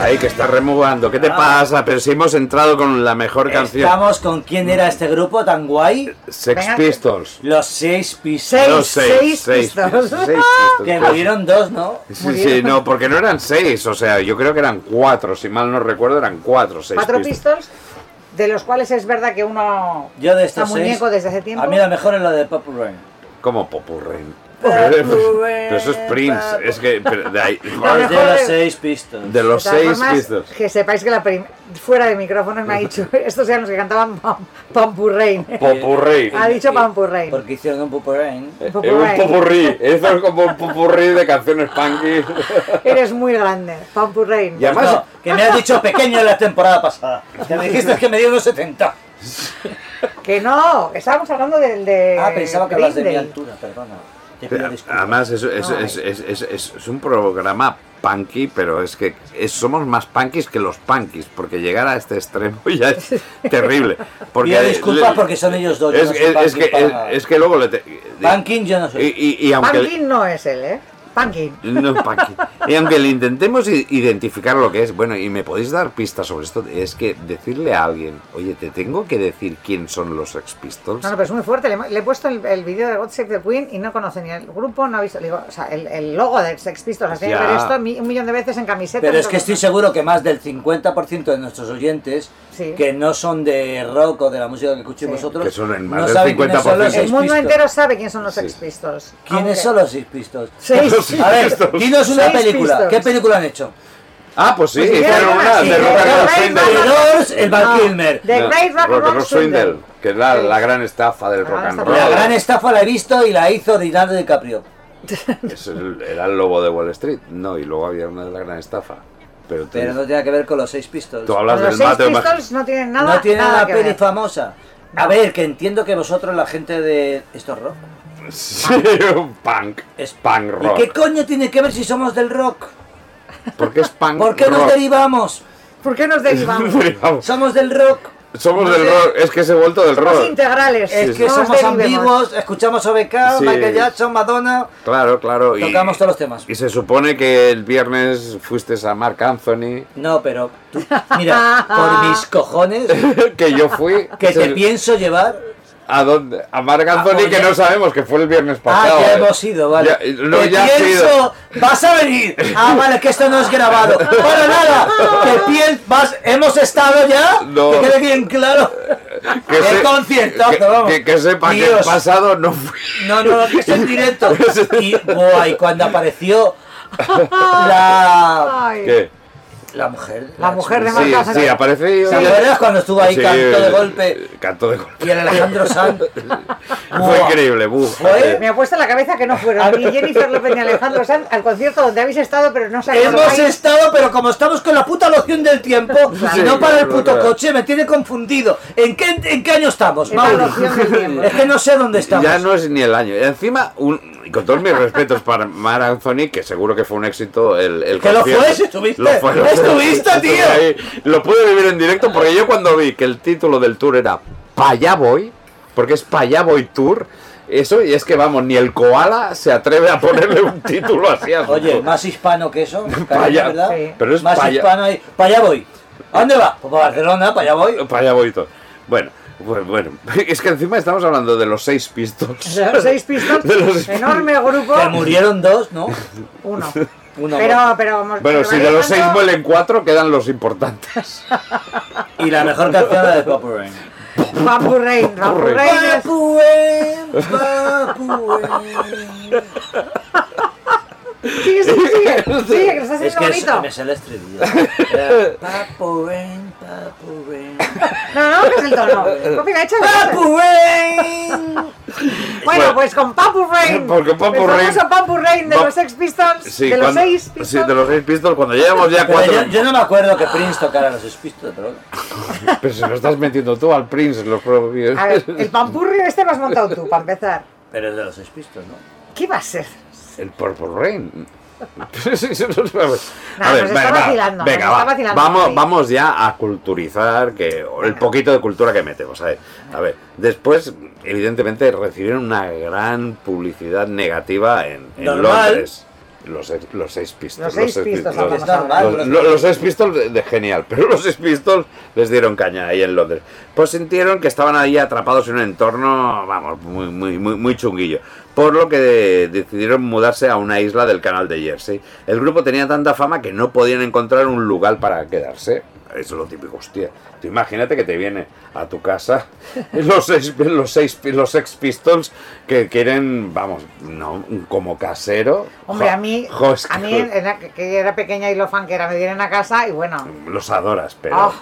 Speaker 2: ahí que estás remugando. ¿Qué te
Speaker 5: Ah.
Speaker 2: pasa? Pero si hemos entrado con la mejor canción.
Speaker 5: Estamos con quién era este grupo tan guay.
Speaker 2: Sex
Speaker 4: Venga.
Speaker 2: Pistols.
Speaker 5: Los seis
Speaker 4: Seis,
Speaker 5: pisos.
Speaker 2: No,
Speaker 4: seis Pistols.
Speaker 2: Seis Pistols. Pues,
Speaker 5: Que murieron dos, ¿no?
Speaker 2: Sí, sí, no, porque no eran seis, o sea, yo creo que eran cuatro, si mal no recuerdo, eran cuatro, seis.
Speaker 4: Cuatro
Speaker 2: pistas.
Speaker 4: pistols, de los cuales es verdad que uno
Speaker 5: Yo de
Speaker 4: está
Speaker 5: estos seis.
Speaker 4: muñeco desde hace tiempo.
Speaker 5: A mí la mejor es la de Pop Rain.
Speaker 2: ¿Cómo popurren? Pero eso es Prince, es que pero de ahí.
Speaker 5: Es de
Speaker 4: mejor
Speaker 5: los
Speaker 4: es-
Speaker 5: seis pistols.
Speaker 2: De los
Speaker 4: De todas
Speaker 2: seis
Speaker 4: formas,
Speaker 2: pistas.
Speaker 4: Que sepáis que la prim- fuera de micrófono me ha dicho, estos eran los que cantaban Pam- Pampurrein.
Speaker 2: Popurrí.
Speaker 4: Ha dicho Pampurrein.
Speaker 5: Porque hicieron un Pop Rain.
Speaker 2: Es un popurrí. Eso es como un popurrí de canciones punky.
Speaker 4: Eres muy grande, Pampurrein.
Speaker 2: Y además,
Speaker 5: No, que me has dicho pequeño en la temporada pasada. Que me dijiste que me dio unos 70.
Speaker 4: Que no, que estábamos hablando del de.
Speaker 5: Ah, pensaba que hablas de
Speaker 4: Green
Speaker 5: mi
Speaker 4: Day.
Speaker 5: altura, perdona. Te pido disculpas.
Speaker 2: Además, es, es-
Speaker 4: Ay.
Speaker 2: es- es- es- es- es un programa punky, pero es que es- somos más punkis que los punkis, porque llegar a este extremo ya es terrible. Porque,
Speaker 5: Pido disculpas
Speaker 2: le-
Speaker 5: porque son ellos dos. yo
Speaker 2: es,
Speaker 5: no
Speaker 2: es-
Speaker 5: soy
Speaker 2: es
Speaker 5: punky
Speaker 2: que,
Speaker 5: para
Speaker 2: es,
Speaker 5: nada.
Speaker 2: es que luego le te-
Speaker 5: Punkin yo no soy.
Speaker 2: y, y- y aunque
Speaker 4: Punkin no es él, ¿eh? Punkin.
Speaker 2: no, punky. Y aunque le intentemos i- identificar lo que es, bueno, y me podéis dar pistas sobre esto, es que decirle a alguien, oye, te tengo que decir quién son los Sex Pistols.
Speaker 4: No, no, pero es muy fuerte. Le, le he puesto el, el vídeo de God Save the Queen y no conoce ni el grupo, no ha visto. le digo, o sea, el, el logo del Sex Pistols. Así que
Speaker 2: Ya.
Speaker 4: ver esto mi- un millón de veces en camiseta.
Speaker 5: Pero
Speaker 4: en
Speaker 5: es que
Speaker 4: todo.
Speaker 5: estoy seguro que más del 50% de nuestros oyentes
Speaker 4: Sí.
Speaker 5: que no son de rock o de la música que escuchéis
Speaker 4: Sí.
Speaker 5: vosotros,
Speaker 2: Que son en más
Speaker 5: no
Speaker 2: del
Speaker 5: saben quiénes son
Speaker 2: 50%.
Speaker 5: los
Speaker 2: El
Speaker 5: Sex
Speaker 4: El mundo
Speaker 5: Pistols.
Speaker 4: entero sabe quién son los
Speaker 2: Sí.
Speaker 4: Sex Pistols.
Speaker 5: ¿Quiénes
Speaker 4: aunque-
Speaker 5: son los Seis Pistols?
Speaker 4: Seis.
Speaker 5: A ver,
Speaker 2: Pistols.
Speaker 5: dinos una
Speaker 4: Seis
Speaker 5: película.
Speaker 4: Pistols.
Speaker 5: ¿Qué película han hecho?
Speaker 2: Ah, pues sí,
Speaker 4: Pues mira,
Speaker 2: hicieron
Speaker 4: mira,
Speaker 2: una
Speaker 4: sí,
Speaker 2: de
Speaker 4: de
Speaker 2: Rock and Roll
Speaker 4: Rock and
Speaker 2: Swindle.
Speaker 5: The
Speaker 4: Roll.
Speaker 5: Doors, el Val
Speaker 4: No.
Speaker 5: Kilmer.
Speaker 4: The
Speaker 2: No,
Speaker 4: Great Rock and Roll Swindle.
Speaker 2: que es la,
Speaker 4: Sí. Ah,
Speaker 2: la gran estafa del
Speaker 4: La
Speaker 2: rock
Speaker 4: gran
Speaker 2: and
Speaker 4: estafa.
Speaker 2: roll.
Speaker 5: La gran estafa la he visto y la hizo Leonardo DiCaprio.
Speaker 2: Es el- era el lobo de Wall Street, no, y luego había una de la gran estafa. Pero tú,
Speaker 5: Pero no tiene que ver con los Seis Pistols.
Speaker 2: tú hablas
Speaker 4: Los
Speaker 2: del
Speaker 4: Sex
Speaker 2: mate
Speaker 4: Pistols no tienen nada,
Speaker 5: no tiene
Speaker 4: nada
Speaker 5: una
Speaker 4: que
Speaker 5: peli
Speaker 4: ver.
Speaker 5: famosa. A
Speaker 4: No.
Speaker 5: ver, que entiendo que vosotros, la gente de. Esto es rock.
Speaker 2: Sí, un punk. Es punk rock.
Speaker 5: ¿Y qué coño tiene que ver si somos del rock?
Speaker 2: ¿Por qué es punk
Speaker 5: ¿Por qué nos
Speaker 2: rock?
Speaker 5: derivamos?
Speaker 4: ¿Por qué nos
Speaker 2: Nos
Speaker 4: derivamos?
Speaker 2: derivamos.
Speaker 5: Somos del rock.
Speaker 2: Somos del rock, es que se ha vuelto del
Speaker 4: Somos
Speaker 2: rock.
Speaker 4: integrales.
Speaker 5: Es
Speaker 2: sí.
Speaker 5: que
Speaker 4: no nos
Speaker 5: somos
Speaker 4: derivemos.
Speaker 5: ambiguos, escuchamos OBK,
Speaker 2: Sí.
Speaker 5: Michael Jackson, Madonna.
Speaker 2: Claro, claro. Y,
Speaker 5: Tocamos todos los temas.
Speaker 2: y se supone que el viernes fuiste a Mark Anthony,
Speaker 5: No, pero tú, mira, por mis cojones,
Speaker 2: que yo fui.
Speaker 5: que te
Speaker 2: Sí.
Speaker 5: pienso llevar.
Speaker 2: ¿A dónde? A Marc Anthony,
Speaker 5: Ah, oye.
Speaker 2: que no sabemos, que fue el viernes
Speaker 5: Ah,
Speaker 2: pasado.
Speaker 5: ya
Speaker 2: eh.
Speaker 5: hemos ido, vale.
Speaker 2: Ya- no,
Speaker 5: te
Speaker 2: ya has ido.
Speaker 5: pienso, vas a venir. Ah, vale, que esto no es grabado. Para nada, te pienso, vas, hemos estado ya,
Speaker 2: No.
Speaker 5: que quede bien claro.
Speaker 2: Que
Speaker 5: Qué
Speaker 2: se-
Speaker 5: conciertazo,
Speaker 2: que-
Speaker 5: vamos.
Speaker 2: que- que sepa que el
Speaker 5: Dios.
Speaker 2: pasado no fui.
Speaker 5: No, no, no, que es en directo. Y, buah, y cuando apareció la,
Speaker 4: Ay.
Speaker 2: ¿Qué?
Speaker 5: la mujer.
Speaker 4: La mujer de
Speaker 2: Sí,
Speaker 4: Marc Anthony.
Speaker 2: sí, aparece yo.
Speaker 5: ¿Se acuerdas cuando estuvo ahí canto de golpe?
Speaker 2: Canto de golpe.
Speaker 5: Y el Alejandro Sanz.
Speaker 2: Fue increíble, buf.
Speaker 5: Joder.
Speaker 4: Me ha puesto en la cabeza que no fueron ni Jennifer López ni Alejandro Sanz al concierto donde habéis estado, pero no sabéis
Speaker 5: Hemos estado, pero como estamos con la puta loción del tiempo,
Speaker 2: Sí,
Speaker 5: y no para el
Speaker 2: claro,
Speaker 5: puto
Speaker 2: claro.
Speaker 5: coche, me tiene confundido. ¿En qué, en qué año estamos,
Speaker 4: Es la
Speaker 5: Mauro?
Speaker 4: loción del tiempo.
Speaker 5: Es que no sé dónde estamos.
Speaker 2: Ya no es ni el año. Encima, un- y con todos mis respetos para Mar Anthony, que seguro que fue un éxito el, el
Speaker 5: Que lo
Speaker 2: concierto.
Speaker 5: fue, si estuviste.
Speaker 2: Lo fue, lo fue.
Speaker 5: Estuviste,
Speaker 2: Estuve
Speaker 5: tío.
Speaker 2: ahí. Lo pude vivir en directo porque yo cuando vi que el título del tour era Pa' allá voy, porque es Pa' allá voy tour, eso, y es que vamos, ni el koala se atreve a ponerle un título así a su
Speaker 5: Oye,
Speaker 2: tour.
Speaker 5: más hispano que eso, cariño,
Speaker 2: Paya-
Speaker 5: ¿verdad?
Speaker 4: Sí.
Speaker 2: pero es
Speaker 5: más
Speaker 2: paya-
Speaker 5: hispano ahí. Para allá voy. ¿A dónde va? Pues para Barcelona, para allá voy.
Speaker 2: Pa' allá voy todo. Bueno, bueno, bueno, es que encima estamos hablando de los seis pistols.
Speaker 4: De los seis pistols,
Speaker 2: De los-
Speaker 4: enorme grupo.
Speaker 5: Que murieron dos, ¿no?
Speaker 4: Uno.
Speaker 5: Uno
Speaker 4: Pero, pero, pero
Speaker 2: Bueno, si de los seis
Speaker 4: Alejandro-
Speaker 2: muelen cuatro, quedan los importantes.
Speaker 5: Y la mejor canción la de Pop Rain.
Speaker 4: Papu Rein, Papu
Speaker 2: Papu Rein.
Speaker 4: Rein es-
Speaker 5: Papu Rain, Papu Rain.
Speaker 4: Sigue, sigue, sigue. Sigue, que lo estás
Speaker 5: Es
Speaker 4: haciendo
Speaker 5: que es,
Speaker 4: bonito.
Speaker 5: me sale estribillo. Era, Papu Rain, Papu Rain.
Speaker 4: No, no, que es el tono. Pues mira, échale.
Speaker 5: Papu Rain.
Speaker 4: Bueno, pues con Papu Rein.
Speaker 2: Porque Papu
Speaker 4: el
Speaker 2: Rein-
Speaker 4: famoso Papu Rein de
Speaker 2: Va-
Speaker 4: los Sex Pistols.
Speaker 2: Sí,
Speaker 4: de los
Speaker 2: cuando-
Speaker 4: seis
Speaker 2: sí,
Speaker 4: Pistols.
Speaker 2: de los seis pistols, cuando llevamos ya
Speaker 5: Pero
Speaker 2: cuatro.
Speaker 5: yo, yo no me acuerdo que Prince tocara los espistos, pero
Speaker 2: Pero se lo estás metiendo tú al Prince, los propios.
Speaker 4: A ver, el pampurri este lo has montado tú, para empezar.
Speaker 5: pero es de los espistos, ¿no?
Speaker 4: ¿Qué va a ser?
Speaker 2: El Purple Rain. Pero sí, eso no se va a ver.
Speaker 4: Nah, nos está vacilando, nos
Speaker 2: venga,
Speaker 4: está
Speaker 2: va.
Speaker 4: vacilando,
Speaker 2: vamos,
Speaker 4: sí.
Speaker 2: vamos ya a culturizar que, el poquito de cultura que metemos. A ver, a ver, después, evidentemente, recibieron una gran publicidad negativa en, en
Speaker 5: Normal.
Speaker 2: Londres. Los, Sex- los seis pistols.
Speaker 4: Los Sex
Speaker 2: Sex Pistols,
Speaker 4: Pistols han
Speaker 2: los-
Speaker 4: pasado.
Speaker 5: Normal,
Speaker 2: los,
Speaker 5: pero-
Speaker 2: los- los Sex Pistols de, de genial, pero los Sex Pistols les dieron caña ahí en Londres. Pues sintieron que estaban ahí atrapados en un entorno, vamos, muy, muy, muy, muy chunguillo. Por lo que de- decidieron mudarse a una isla del canal de Jersey. El grupo tenía tanta fama que no podían encontrar un lugar para quedarse. Eso es lo típico, hostia. Tú imagínate que te viene a tu casa los seis, los seis, los Sex Pistols que quieren, vamos, no, como casero.
Speaker 4: Hombre,
Speaker 2: Jo-
Speaker 4: a mí,
Speaker 2: jo, es que-
Speaker 4: a mí era, que- que era pequeña y lo fan que era, me vienen a casa y bueno,
Speaker 2: los adoras, pero,
Speaker 4: Ah.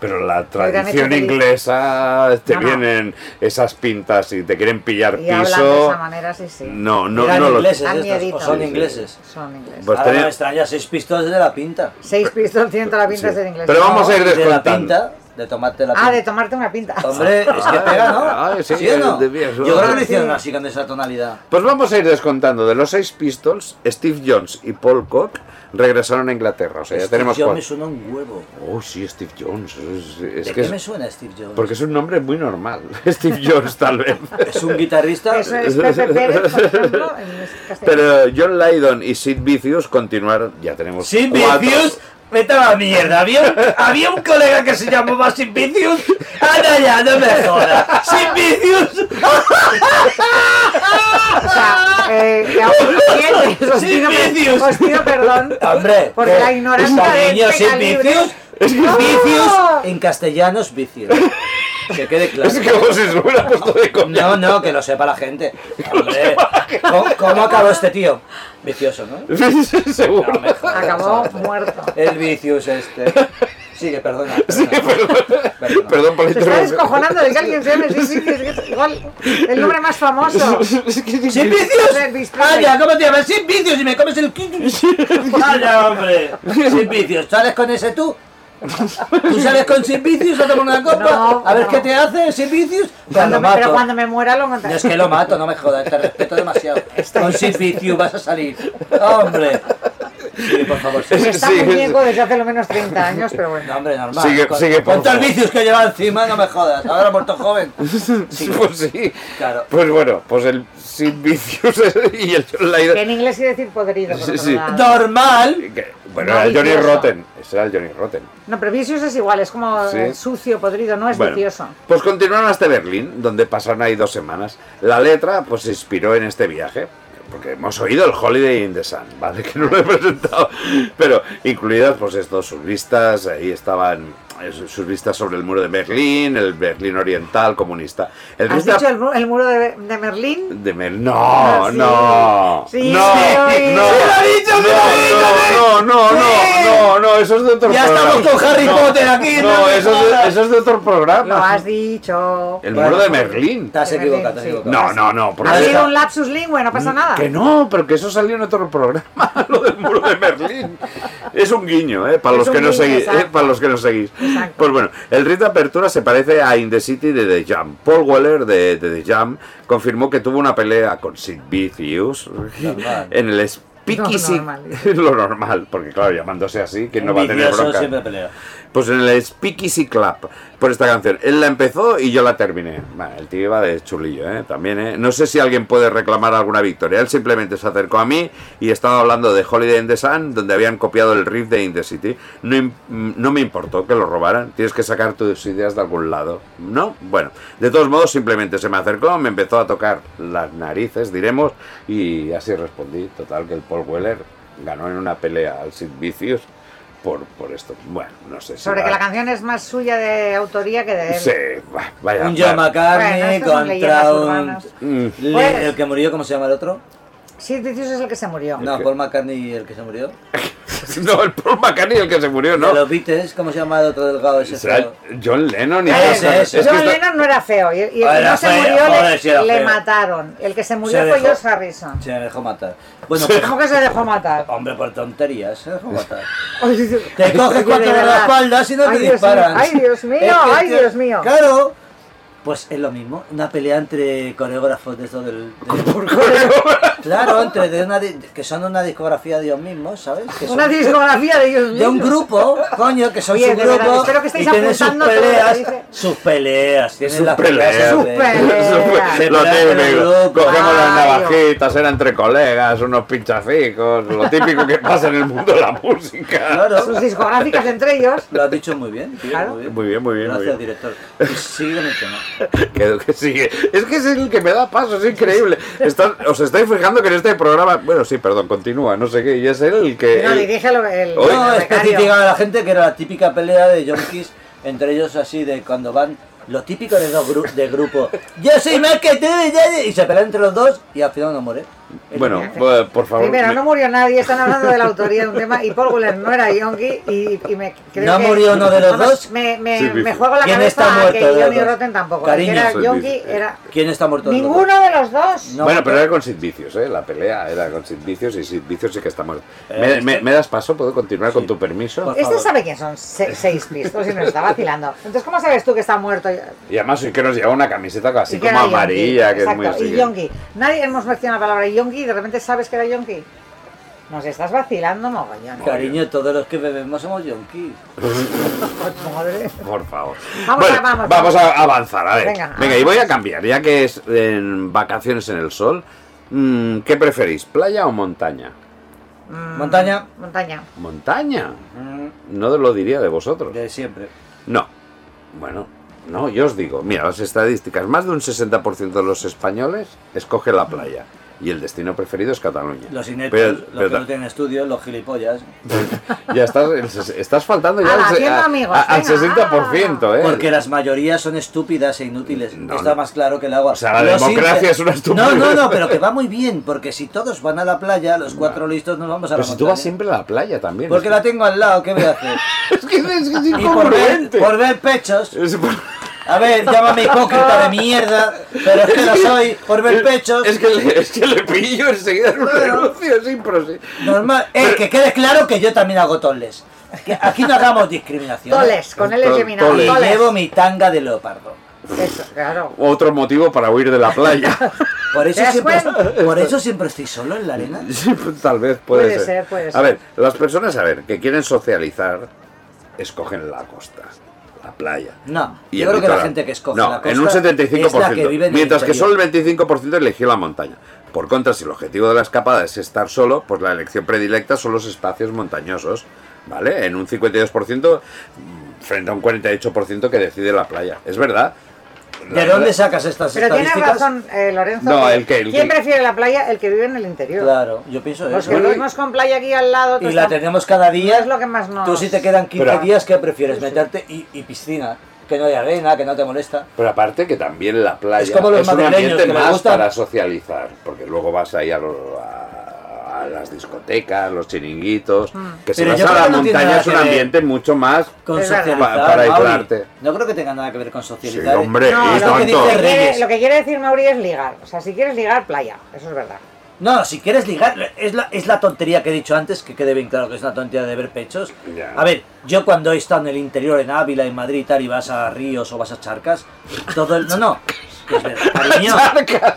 Speaker 2: pero la
Speaker 4: hubieran
Speaker 2: tradición
Speaker 4: hecho feliz.
Speaker 2: inglesa te
Speaker 4: No, no.
Speaker 2: vienen esas pintas y te quieren pillar
Speaker 4: y hablan de
Speaker 2: piso.
Speaker 4: esa manera, sí, sí.
Speaker 2: No, no,
Speaker 5: Eran
Speaker 2: no lo-
Speaker 5: ingleses
Speaker 4: Dan
Speaker 5: estos,
Speaker 4: miedito.
Speaker 5: pues son
Speaker 2: Sí, sí.
Speaker 5: ingleses.
Speaker 4: Son ingleses.
Speaker 2: Pues
Speaker 5: Ahora
Speaker 2: tenía-
Speaker 5: me extraña seis pistolas de la pinta.
Speaker 4: Seis pistols tienen toda la pinta de
Speaker 2: Sí.
Speaker 4: ser ingleses.
Speaker 2: Pero vamos a ir
Speaker 5: de la
Speaker 2: descontando.
Speaker 5: pinta, de tomarte la pinta.
Speaker 4: Ah, de tomarte una pinta.
Speaker 5: Hombre, es
Speaker 2: Ah,
Speaker 5: que pega, ¿no?
Speaker 2: Ay, ¿eh? sí,
Speaker 5: o no?
Speaker 2: de bien,
Speaker 5: Yo creo que lo
Speaker 2: sí.
Speaker 5: hicieron así con esa tonalidad.
Speaker 2: Pues vamos a ir descontando. De los seis Pistols, Steve Jones y Paul Koch regresaron a Inglaterra. O sea, ya
Speaker 5: Steve
Speaker 2: tenemos
Speaker 5: Jobs
Speaker 2: cuatro.
Speaker 5: me suena un huevo.
Speaker 2: Oh, sí, Steve Jones. Es, es
Speaker 5: ¿De
Speaker 2: que
Speaker 5: qué
Speaker 2: es-
Speaker 5: me suena Steve Jobs?
Speaker 2: porque es un nombre muy normal. Steve Jones, tal vez.
Speaker 5: es un guitarrista.
Speaker 4: Eso es Pepe Pérez, por ejemplo, en este castellano.
Speaker 2: Pero John Lydon y Sid Vicious continuaron. Ya tenemos
Speaker 5: Sin
Speaker 2: cuatro.
Speaker 5: vicios, vete a la mierda. Había un, había un colega que se llamaba Sin vicios. Anda ya, no me jodas. Sin vicios.
Speaker 4: O sea, eh, que aún- bien, os
Speaker 5: Sin
Speaker 4: pido, per-
Speaker 5: vicios.
Speaker 4: os pido pues, perdón.
Speaker 5: Hombre,
Speaker 4: Porque
Speaker 5: que-
Speaker 4: la ignorancia
Speaker 5: Esta
Speaker 4: de
Speaker 5: niña
Speaker 4: este
Speaker 5: sin
Speaker 4: calibre- ¡Ah!
Speaker 5: vicios.
Speaker 4: ¡No!
Speaker 5: Vicios en castellano es vicios. Que quede claro.
Speaker 2: Es que como si se hubiera puesto de coña.
Speaker 5: No, no, que lo sepa la gente. Hombre, ¿cómo, cómo acabó este tío? Vicioso, ¿no?
Speaker 2: Seguro.
Speaker 5: No me jodas,
Speaker 4: Acabó
Speaker 5: hombre.
Speaker 4: muerto.
Speaker 5: El vicios este. Sigue, perdona.
Speaker 2: perdón.
Speaker 5: Perdona.
Speaker 2: Perdón por la
Speaker 4: Se está
Speaker 2: interrupción.
Speaker 4: descojonando de que alguien se llame sí, sí, es que es igual el nombre más famoso.
Speaker 5: ¡Sin vicios!
Speaker 4: Elvis Presley.
Speaker 5: ¡Vaya, cómo te llamas! ¡Sin vicios! ¡Y me comes el ¡Vaya, hombre! ¡Sin vicios! ¿Sales con ese tú? ¿Tú sales con sin vicios a tomar una copa?
Speaker 4: No,
Speaker 5: a ver
Speaker 4: no.
Speaker 5: qué te hace, sin vicios.
Speaker 4: Cuando
Speaker 5: Cuando
Speaker 4: me- pero
Speaker 5: mato.
Speaker 4: cuando me muera lo
Speaker 5: No es
Speaker 4: contaré.
Speaker 5: que lo mato, no me jodas, te respeto demasiado. Con sin vicios vas a salir. ¡Hombre! Sí, por favor, sí.
Speaker 4: Está
Speaker 2: Sí,
Speaker 4: muñeco desde hace lo menos 30 años, pero bueno.
Speaker 5: No, hombre, normal.
Speaker 2: Sigue-
Speaker 5: Con-
Speaker 2: sigue, por
Speaker 5: con tantos
Speaker 2: favor.
Speaker 5: vicios que lleva encima, no me jodas. Ahora ha muerto joven.
Speaker 2: Sí, pues sí.
Speaker 5: Claro.
Speaker 2: Pues bueno, pues el Sid Vicious y el John
Speaker 4: Que
Speaker 2: Lydon.
Speaker 4: en inglés quiere decir podrido. por
Speaker 2: Sí,
Speaker 4: otro
Speaker 2: sí.
Speaker 4: lado.
Speaker 5: Normal.
Speaker 2: que- Bueno, era el Johnny
Speaker 4: Vicioso.
Speaker 2: Rotten. Ese era el Johnny Rotten.
Speaker 4: No, pero vicios es igual, es como
Speaker 2: Sí.
Speaker 4: eh, sucio, podrido, no es
Speaker 2: Bueno,
Speaker 4: vicioso.
Speaker 2: pues continuaron hasta Berlín, donde pasaron ahí dos semanas. La letra pues se inspiró en este viaje, porque hemos oído el Holiday in the Sun, ¿vale? Que no lo he presentado, pero incluidas pues estos sus vistas, ahí estaban eh, su- sus vistas sobre el muro de Berlín, el Berlín oriental comunista. El
Speaker 4: ¿Has
Speaker 2: vista-
Speaker 4: dicho el, mu- el muro de, de Merlín?
Speaker 2: de Mer- No,
Speaker 4: Ah, sí.
Speaker 2: no,
Speaker 4: Sí,
Speaker 2: no,
Speaker 4: sí, sí.
Speaker 2: no,
Speaker 4: Se lo
Speaker 5: ha dicho, se lo ha
Speaker 2: no,
Speaker 5: dicho,
Speaker 2: no, no, no, no, no, eso es de otro
Speaker 5: Ya estamos
Speaker 2: programa.
Speaker 5: con Harry
Speaker 2: No,
Speaker 5: Potter aquí, no
Speaker 2: No,
Speaker 5: me
Speaker 2: eso es
Speaker 5: jodas.
Speaker 2: de- eso es de otro programa.
Speaker 4: Lo has dicho.
Speaker 2: El
Speaker 5: Bueno,
Speaker 2: muro de Merlín.
Speaker 5: Te has equivocado, te has
Speaker 4: Sí.
Speaker 5: equivocado.
Speaker 2: No, no, no. por
Speaker 4: Ha
Speaker 2: favor.
Speaker 4: sido un lapsus lingüe, no
Speaker 5: Mm,
Speaker 4: pasa nada.
Speaker 2: Que no, pero que eso salió en otro programa, lo del muro de Berlín. Es un guiño, ¿eh? Para,
Speaker 4: Es
Speaker 2: los
Speaker 4: un
Speaker 2: que, no
Speaker 4: guiño,
Speaker 2: seguís, ¿eh?
Speaker 4: exacto.
Speaker 2: Para los que no seguís.
Speaker 4: Exacto.
Speaker 2: Pues bueno, el ritmo de apertura se parece a In the City de The Jam. Paul Weller de, de The Jam confirmó que tuvo una pelea con Sid Vicious
Speaker 5: Normal.
Speaker 2: en el Speakeasy.
Speaker 4: normal.
Speaker 2: lo normal, porque claro, llamándose así, que no
Speaker 5: Un
Speaker 2: va a tener
Speaker 5: vicioso
Speaker 2: bronca?
Speaker 5: siempre pelea.
Speaker 2: Pues en el Speakeasy Club, por esta canción. Él la empezó y yo la terminé. Bueno, el tío iba de chulillo, ¿eh? También, ¿eh? No sé si alguien puede reclamar alguna victoria. Él simplemente se acercó a mí y estaba hablando de Holiday in the Sun, donde habían copiado el riff de In the City. No, im- no me importó que lo robaran. Tienes que sacar tus ideas de algún lado, ¿no? Bueno, de todos modos, simplemente se me acercó, me empezó a tocar las narices, diremos, y así respondí. Total, que el Paul Weller ganó en una pelea al Sid Vicious. Por, por esto, bueno, no sé si
Speaker 4: Sobre
Speaker 2: va-
Speaker 4: que la canción es más suya de autoría que de él.
Speaker 2: Sí, va- vaya.
Speaker 5: Un
Speaker 2: vaya.
Speaker 5: John McCartney
Speaker 4: Bueno, estas son
Speaker 5: contra
Speaker 4: leyendas
Speaker 5: un...
Speaker 4: urbanas.
Speaker 2: Mm,
Speaker 5: Le-
Speaker 4: Pues-
Speaker 5: El que murió, ¿cómo se llama el otro?
Speaker 4: Sid Vicious es el que se murió.
Speaker 5: No,
Speaker 2: que-
Speaker 5: Paul McCartney, el que se murió.
Speaker 2: No, el Paul McCartney el que se murió,
Speaker 5: De
Speaker 2: ¿no?
Speaker 5: los Beatles, ¿cómo se llama el otro delgado ese?
Speaker 2: Será
Speaker 5: feo?
Speaker 2: John Lennon y
Speaker 5: Ah,
Speaker 2: todo eso.
Speaker 5: ese, ese.
Speaker 2: Es que
Speaker 4: John
Speaker 2: está-
Speaker 4: pues, Lennon no era feo. Y, y el
Speaker 5: Ah,
Speaker 4: que
Speaker 5: era
Speaker 4: no se
Speaker 5: feo,
Speaker 4: murió
Speaker 5: joder, sí era
Speaker 4: le, le
Speaker 5: feo.
Speaker 4: mataron. El que se murió
Speaker 5: Se
Speaker 4: fue
Speaker 5: dejó.
Speaker 4: George Harrison.
Speaker 5: Se me dejó matar. Bueno, pues,
Speaker 4: Dijo que se dejó matar.
Speaker 5: hombre, por tonterías, se dejó matar. Te
Speaker 4: Te
Speaker 5: coges cuatro de la espalda si no te
Speaker 4: ay, Dios
Speaker 5: disparan.
Speaker 4: mío, ay, Dios mío,
Speaker 5: Es que,
Speaker 4: ay,
Speaker 5: tío,
Speaker 4: Dios mío.
Speaker 5: Claro. Pues es lo mismo, una pelea entre coreógrafos de eso del... del- Claro, entre de una di- que son una discografía de ellos mismos, ¿sabes? Que son
Speaker 4: Una discografía de ellos
Speaker 5: de un
Speaker 4: mismos.
Speaker 5: grupo, coño, que son
Speaker 4: Oye,
Speaker 5: su
Speaker 4: de verdad,
Speaker 5: grupo
Speaker 4: espero que estéis
Speaker 5: y tienen sus
Speaker 4: apuntando todo lo que
Speaker 5: peleas,
Speaker 4: dice.
Speaker 5: sus peleas, tienen
Speaker 2: Sus
Speaker 5: las
Speaker 2: peleas.
Speaker 5: peleas,
Speaker 4: Sus
Speaker 5: eh,
Speaker 4: peleas.
Speaker 5: Se
Speaker 2: Lo
Speaker 5: pelean en el
Speaker 2: típico,
Speaker 5: grupo.
Speaker 2: cogemos las
Speaker 4: Mario.
Speaker 2: navajitas, era entre colegas, unos pinchacicos, lo típico que pasa en el mundo de la música.
Speaker 5: Claro,
Speaker 4: Sus discográficas entre ellos.
Speaker 5: lo has dicho muy bien, tío,
Speaker 4: Claro.
Speaker 5: muy bien.
Speaker 2: Muy bien, muy bien, muy
Speaker 5: Gracias,
Speaker 2: bien.
Speaker 5: director. Y sigue con el tema.
Speaker 2: Que, que sigue. Es que es el que me da paso, es increíble. Están- os estáis fijando que en este programa, bueno, sí, perdón, continúa, no sé qué, y es él el
Speaker 5: Eh,
Speaker 2: que...
Speaker 4: No,
Speaker 2: el-
Speaker 4: dirige lo- el.
Speaker 2: Oye.
Speaker 5: No,
Speaker 4: el becario.
Speaker 5: especificaba a la gente que era la típica pelea de yonkis entre ellos así de cuando van lo típico de dos grupos de grupo. Yo soy más que tú y yo- y se pelean entre los dos y al final no muere.
Speaker 2: bueno, eh, por favor...
Speaker 4: Primero,
Speaker 2: me-
Speaker 4: no murió nadie, están hablando de la autoría de un tema y Paul Guller no era yonki y, y me creo
Speaker 5: ¿No
Speaker 4: que-
Speaker 5: murió uno de los
Speaker 4: Vamos,
Speaker 5: dos?
Speaker 4: Me, me,
Speaker 2: Sí, sí.
Speaker 4: me juego la
Speaker 5: ¿Quién
Speaker 4: cabeza
Speaker 5: está muerto
Speaker 4: a
Speaker 5: de
Speaker 4: que
Speaker 5: los
Speaker 4: Johnny
Speaker 5: dos?
Speaker 4: Rotten tampoco.
Speaker 5: Cariño,
Speaker 4: el que era
Speaker 2: soy
Speaker 4: yonki
Speaker 2: Vicente.
Speaker 4: era...
Speaker 5: ¿Quién está muerto? de los dos?
Speaker 4: Ninguno de los dos.
Speaker 5: No,
Speaker 2: bueno, pero
Speaker 5: pero-
Speaker 2: era con sin vicios, ¿eh? La pelea era con sin vicios y sin vicios sí que está mal.
Speaker 4: Eh,
Speaker 2: ¿Me, me- me das paso? ¿Puedo continuar con tu permiso?
Speaker 5: Por
Speaker 4: Este
Speaker 5: favor.
Speaker 4: sabe quién son se- seis pistols y nos está vacilando. Entonces, ¿cómo sabes tú que está muerto?
Speaker 2: Y además soy que nos lleva una camiseta
Speaker 4: Y
Speaker 2: así
Speaker 4: que
Speaker 2: como
Speaker 4: era
Speaker 2: amarilla,
Speaker 4: yonki.
Speaker 2: que es muy
Speaker 4: Exacto,
Speaker 2: así.
Speaker 4: Y yonki. Nadie hemos mencionado la palabra yonki y de repente sabes que era yonki. Nos estás vacilando mogollón.
Speaker 5: Cariño, todos los que bebemos somos yonkis.
Speaker 4: Madre.
Speaker 2: Por favor.
Speaker 4: Vamos
Speaker 2: Bueno,
Speaker 4: a- vamos,
Speaker 2: a avanzar, a ver.
Speaker 4: Venga,
Speaker 2: Venga, y voy a cambiar, ya que es en vacaciones en el sol. mm, ¿Qué preferís, playa o montaña?
Speaker 4: Mm.
Speaker 5: Montaña. mm,
Speaker 4: Montaña.
Speaker 2: Montaña. No lo diría de vosotros.
Speaker 5: De siempre.
Speaker 2: No. Bueno, no, yo os digo, mira, las estadísticas, más de un 60% de los españoles escoge la playa. Y el destino preferido es Cataluña.
Speaker 5: Los ineptos,
Speaker 2: Pero-
Speaker 5: los
Speaker 2: pero
Speaker 5: que no tienen estudios, los gilipollas.
Speaker 2: ya estás, el ses- estás faltando ya
Speaker 4: Ala,
Speaker 2: al se-
Speaker 4: haciendo
Speaker 2: a-
Speaker 4: amigos,
Speaker 2: a- al
Speaker 4: venga,
Speaker 2: 60%, ¿eh?
Speaker 5: Porque las mayorías son estúpidas e inútiles.
Speaker 2: No,
Speaker 5: Está
Speaker 2: no.
Speaker 5: más claro que el agua.
Speaker 2: O sea, la democracia
Speaker 5: simple-
Speaker 2: es una estupidez.
Speaker 5: No, no, no, pero que va muy bien, porque si todos van a la playa, los cuatro listos nos vamos a la
Speaker 2: Pero si tú
Speaker 5: montaña.
Speaker 2: vas siempre a la playa también.
Speaker 5: Porque
Speaker 2: es que-
Speaker 5: la tengo al lado, ¿qué voy a hacer?
Speaker 2: Es que es, que es
Speaker 5: Y por ver,
Speaker 2: incongruente.
Speaker 5: por ver pechos.
Speaker 2: Es, por-
Speaker 5: A ver, llámame hipócrita de mierda, pero es que lo soy. Por ver pechos.
Speaker 2: Es que le, es que le pillo enseguida en un
Speaker 5: Claro.
Speaker 2: anuncio, es imposible.
Speaker 5: Normal. Eh, que quede claro que yo también hago toles. Que aquí no hagamos discriminación. ¿eh?
Speaker 4: Toles, con él
Speaker 2: Tol-
Speaker 4: es geminado.
Speaker 2: toles.
Speaker 5: Y
Speaker 4: Toles.
Speaker 5: llevo mi tanga de leopardo.
Speaker 4: Eso, claro.
Speaker 2: Otro motivo para huir de la playa.
Speaker 5: Por eso,
Speaker 4: ¿Te das
Speaker 5: siempre,
Speaker 4: cuenta?
Speaker 5: por eso siempre estoy solo en la arena.
Speaker 2: Sí, pues, Tal vez puede,
Speaker 4: Puede ser, puede
Speaker 2: A
Speaker 4: ser.
Speaker 2: ver, las personas, a ver, que quieren socializar, escogen la costa, la playa.
Speaker 5: No,
Speaker 2: Y
Speaker 5: yo
Speaker 2: el
Speaker 5: creo que la
Speaker 2: litoral.
Speaker 5: gente que escoge
Speaker 2: No,
Speaker 5: la
Speaker 2: en un
Speaker 5: costa es la
Speaker 2: 75%.
Speaker 5: que vive en el
Speaker 2: mientras que
Speaker 5: interior.
Speaker 2: solo el 25% eligió la montaña. Por contra, si el objetivo de la escapada es estar solo, pues la elección predilecta son los espacios montañosos, ¿vale? En un 52% mm, frente a un 48% que decide la playa. Es verdad.
Speaker 5: ¿De
Speaker 2: La-
Speaker 5: dónde sacas estas
Speaker 4: Pero tienes
Speaker 5: estadísticas?
Speaker 4: razón, eh, Lorenzo.
Speaker 2: No,
Speaker 4: que-
Speaker 2: el que- el
Speaker 4: ¿Quién
Speaker 2: que-
Speaker 4: prefiere la playa? El que vive en el interior.
Speaker 5: Claro, yo pienso
Speaker 4: Los
Speaker 5: eso.
Speaker 4: que vivimos con playa aquí al lado.
Speaker 5: Y
Speaker 4: tú
Speaker 5: la
Speaker 4: estás-
Speaker 5: tenemos cada día.
Speaker 4: No es lo que más nos-
Speaker 5: Tú si te quedan 15
Speaker 2: Pero-
Speaker 5: días, ¿qué prefieres? Meterte y, y piscina, que no hay arena, que no te molesta.
Speaker 2: Pero aparte que también la playa
Speaker 5: Es
Speaker 2: es,
Speaker 5: como los
Speaker 2: un
Speaker 5: madrileños,
Speaker 2: ambiente
Speaker 5: que les
Speaker 2: más
Speaker 5: gusta-
Speaker 2: para socializar, porque luego vas ahí a, lo- a- a las discotecas, los chiringuitos, que si
Speaker 5: Pero
Speaker 2: vas
Speaker 5: yo
Speaker 2: a
Speaker 5: creo
Speaker 2: la
Speaker 5: que no tiene
Speaker 2: montaña
Speaker 5: nada
Speaker 2: es un
Speaker 5: que ver.
Speaker 2: ambiente mucho más...
Speaker 5: Con
Speaker 4: Mm. Es verdad.
Speaker 5: socializar.
Speaker 2: Pa- para
Speaker 5: Mauri.
Speaker 2: aislarte.
Speaker 5: No creo que tenga nada que ver con
Speaker 2: Sí,
Speaker 5: socializar. ¿eh?
Speaker 2: hombre,
Speaker 4: No,
Speaker 2: y
Speaker 5: lo que
Speaker 2: tanto.
Speaker 4: Lo
Speaker 5: dice
Speaker 4: que, quiere,
Speaker 5: Reyes.
Speaker 4: lo que quiere decir Mauri es ligar. O sea, si quieres ligar, playa. Eso es verdad.
Speaker 5: No, si quieres ligar, es la, es la tontería que he dicho antes, que quede bien claro que es una tontería de ver pechos.
Speaker 2: Ya.
Speaker 5: A ver, yo cuando he estado en el interior, en Ávila, en Madrid y tal, y vas a ríos o vas a charcas, todo el... No, no. es verdad, Cariño,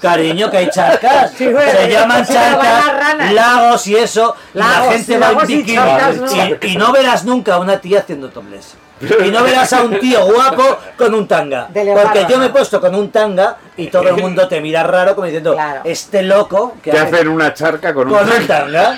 Speaker 5: cariño, que hay charcas.
Speaker 4: Sí, güey,
Speaker 5: Se llaman
Speaker 4: sí, pero van las
Speaker 5: charcas,
Speaker 4: ranas.
Speaker 5: lagos y eso. y la
Speaker 4: Lagos,
Speaker 5: gente va en
Speaker 4: lagos y
Speaker 5: bikini.
Speaker 4: charcas, ¿no?
Speaker 5: y, y no verás nunca a una tía haciendo topless. Y no verás a un tío guapo con un tanga.
Speaker 4: De leopardo,
Speaker 5: Porque yo me he
Speaker 4: ¿no?
Speaker 5: puesto con un tanga y todo el mundo te mira raro como diciendo,
Speaker 4: Claro.
Speaker 5: este loco que
Speaker 2: Te hacen una charca con un...
Speaker 5: con un tanga.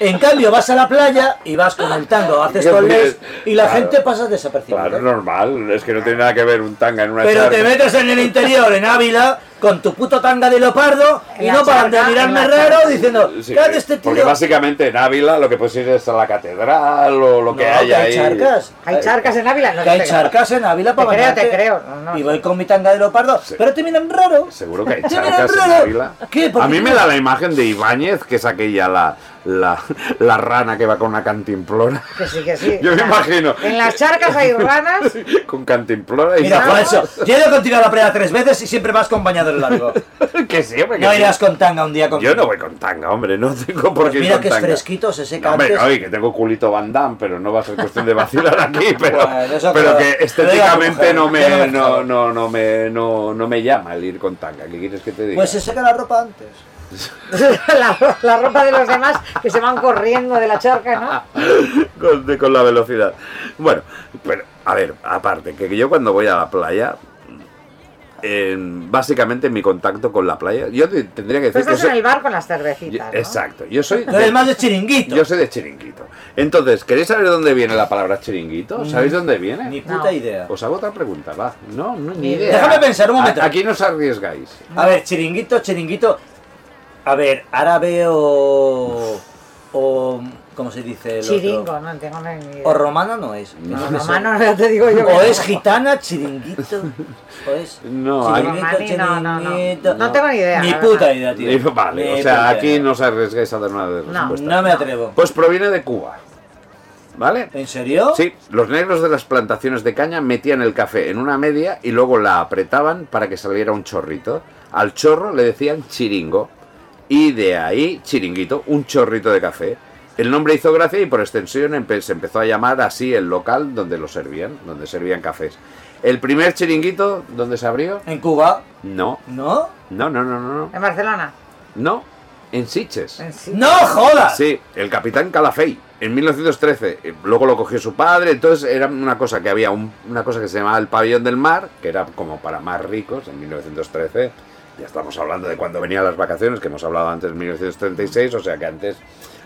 Speaker 5: En cambio, vas a la playa y vas con el tango, haces
Speaker 2: Qué
Speaker 5: toles
Speaker 2: bien.
Speaker 5: y la
Speaker 2: Claro.
Speaker 5: gente pasa desapercibida.
Speaker 2: Claro, normal, es que no tiene nada que ver un tanga en una
Speaker 5: ¿eh? Pero
Speaker 2: charca.
Speaker 5: te metes en el interior, en Ávila, con tu puto tanga de leopardo y
Speaker 4: En
Speaker 5: no
Speaker 4: la
Speaker 5: paran de
Speaker 4: charca,
Speaker 5: mirarme
Speaker 4: en la charca.
Speaker 5: raro diciendo,
Speaker 2: Sí,
Speaker 5: ¿qué hace este
Speaker 2: porque
Speaker 5: tío?
Speaker 2: básicamente en Ávila lo que puedes ir es a la catedral o lo
Speaker 5: No,
Speaker 2: que haya
Speaker 5: hay
Speaker 2: ahí.
Speaker 5: charcas.
Speaker 4: Hay charcas en Ávila. No
Speaker 5: Que
Speaker 4: te
Speaker 5: hay
Speaker 4: creo.
Speaker 5: charcas en Ávila para
Speaker 4: Te creo, te
Speaker 5: bañarte.
Speaker 4: creo. No, no,
Speaker 5: y voy con mi tanga de leopardo, pero te miran raro.
Speaker 2: Seguro que hay
Speaker 5: Te miran
Speaker 2: charcas en
Speaker 5: raro.
Speaker 2: Ávila.
Speaker 5: ¿Qué? ¿Por
Speaker 2: A
Speaker 5: qué
Speaker 2: mí
Speaker 5: te
Speaker 2: me
Speaker 5: miran?
Speaker 2: da la imagen de Ibáñez, que es aquella la, la, la rana que va con una cantimplora.
Speaker 4: Que sí, que sí.
Speaker 2: Yo me imagino.
Speaker 4: En las charcas hay ranas.
Speaker 2: Con cantimplora y...
Speaker 5: Mira,
Speaker 4: Vamos.
Speaker 5: falso. Yo he ido contigo a la playa tres veces y siempre vas con bañador largo.
Speaker 2: que sí, hombre, que
Speaker 5: No
Speaker 2: sí.
Speaker 5: irás con tanga un día conmigo.
Speaker 2: Yo no voy con tanga, hombre, no tengo por
Speaker 5: Pues
Speaker 2: qué ir
Speaker 5: mira
Speaker 2: con
Speaker 5: que es
Speaker 2: tanga.
Speaker 5: fresquito, se
Speaker 2: No,
Speaker 5: seca
Speaker 2: hombre,
Speaker 5: antes.
Speaker 2: oye, que tengo culito Van Damme, pero no va a ser cuestión de vacilar aquí, pero,
Speaker 5: Bueno, eso
Speaker 2: pero que
Speaker 5: creo- creo que la
Speaker 2: estéticamente
Speaker 5: mujer-
Speaker 2: no
Speaker 5: yo no
Speaker 2: me,
Speaker 5: me
Speaker 2: no,
Speaker 5: fijo.
Speaker 2: no, no me, no, no me llama el ir con tanga. ¿Qué quieres que te diga?
Speaker 5: Pues se seca la ropa antes.
Speaker 4: la, la ropa de los demás que se van corriendo de la charca,
Speaker 2: Ah,
Speaker 4: ¿no?
Speaker 2: con, de- con la velocidad. Bueno, pero a ver, aparte, que yo cuando voy a la playa, eh, básicamente mi contacto con la playa, yo te- tendría que
Speaker 4: Tú
Speaker 2: decir que
Speaker 4: estás
Speaker 2: soy-
Speaker 4: en el bar con las
Speaker 2: yo-
Speaker 4: cervecitas. ¿no?
Speaker 2: Exacto, yo soy...
Speaker 5: Tú eres
Speaker 2: de-
Speaker 5: más de chiringuito.
Speaker 2: yo soy de chiringuito. Entonces, ¿queréis saber dónde viene la palabra chiringuito? ¿Sabéis dónde viene?
Speaker 5: Mm. Ni
Speaker 4: No.
Speaker 5: puta idea.
Speaker 2: Os hago otra pregunta, va. No, no, ni
Speaker 4: Ni
Speaker 2: idea.
Speaker 5: Déjame pensar un
Speaker 2: A-
Speaker 5: momento.
Speaker 2: Aquí no os arriesgáis.
Speaker 5: A ver, chiringuito, chiringuito. A ver, árabe o. o ¿Cómo se dice? El otro?
Speaker 4: Chiringo, no tengo ni idea.
Speaker 5: O romana no es.
Speaker 4: No,
Speaker 5: Eso me suena.
Speaker 4: romano, ya te digo yo. que
Speaker 5: O
Speaker 4: no.
Speaker 5: es gitana, chiringuito. O es.
Speaker 2: No, hay-
Speaker 5: chiringuito,
Speaker 4: Romaní, no, no, no.
Speaker 5: chiringuito.
Speaker 4: No tengo ni idea,
Speaker 5: Ni
Speaker 4: la
Speaker 5: puta
Speaker 4: verdad.
Speaker 5: idea, tío.
Speaker 2: Eh, Vale,
Speaker 5: Ni
Speaker 2: o sea,
Speaker 5: puta
Speaker 2: aquí
Speaker 5: idea.
Speaker 2: no os arriesgáis a dar una de respuesta.
Speaker 5: No me atrevo.
Speaker 2: Pues proviene de Cuba. ¿Vale?
Speaker 5: ¿En serio?
Speaker 2: Sí, los negros de las plantaciones de caña metían el café en una media y luego la apretaban para que saliera un chorrito. Al chorro le decían chiringo y de ahí chiringuito, un chorrito de café. El nombre hizo gracia y por extensión empe- se empezó a llamar así el local donde lo servían, donde servían cafés. El primer chiringuito, ¿dónde se abrió?
Speaker 5: ¿En Cuba?
Speaker 2: No,
Speaker 5: ¿No?
Speaker 2: no, no, no, no, no,
Speaker 4: En Barcelona.
Speaker 2: no, en Siches.
Speaker 4: En sí.
Speaker 5: ¡No jodas!
Speaker 2: Sí, el capitán Calafey, en 1913. Eh, Luego lo cogió su padre, entonces era una cosa que había, un- una cosa que se llamaba el pabellón del mar, que era como para más ricos, en 1913. Ya estamos hablando de cuando venían las vacaciones, que hemos hablado antes, 1936, o sea que antes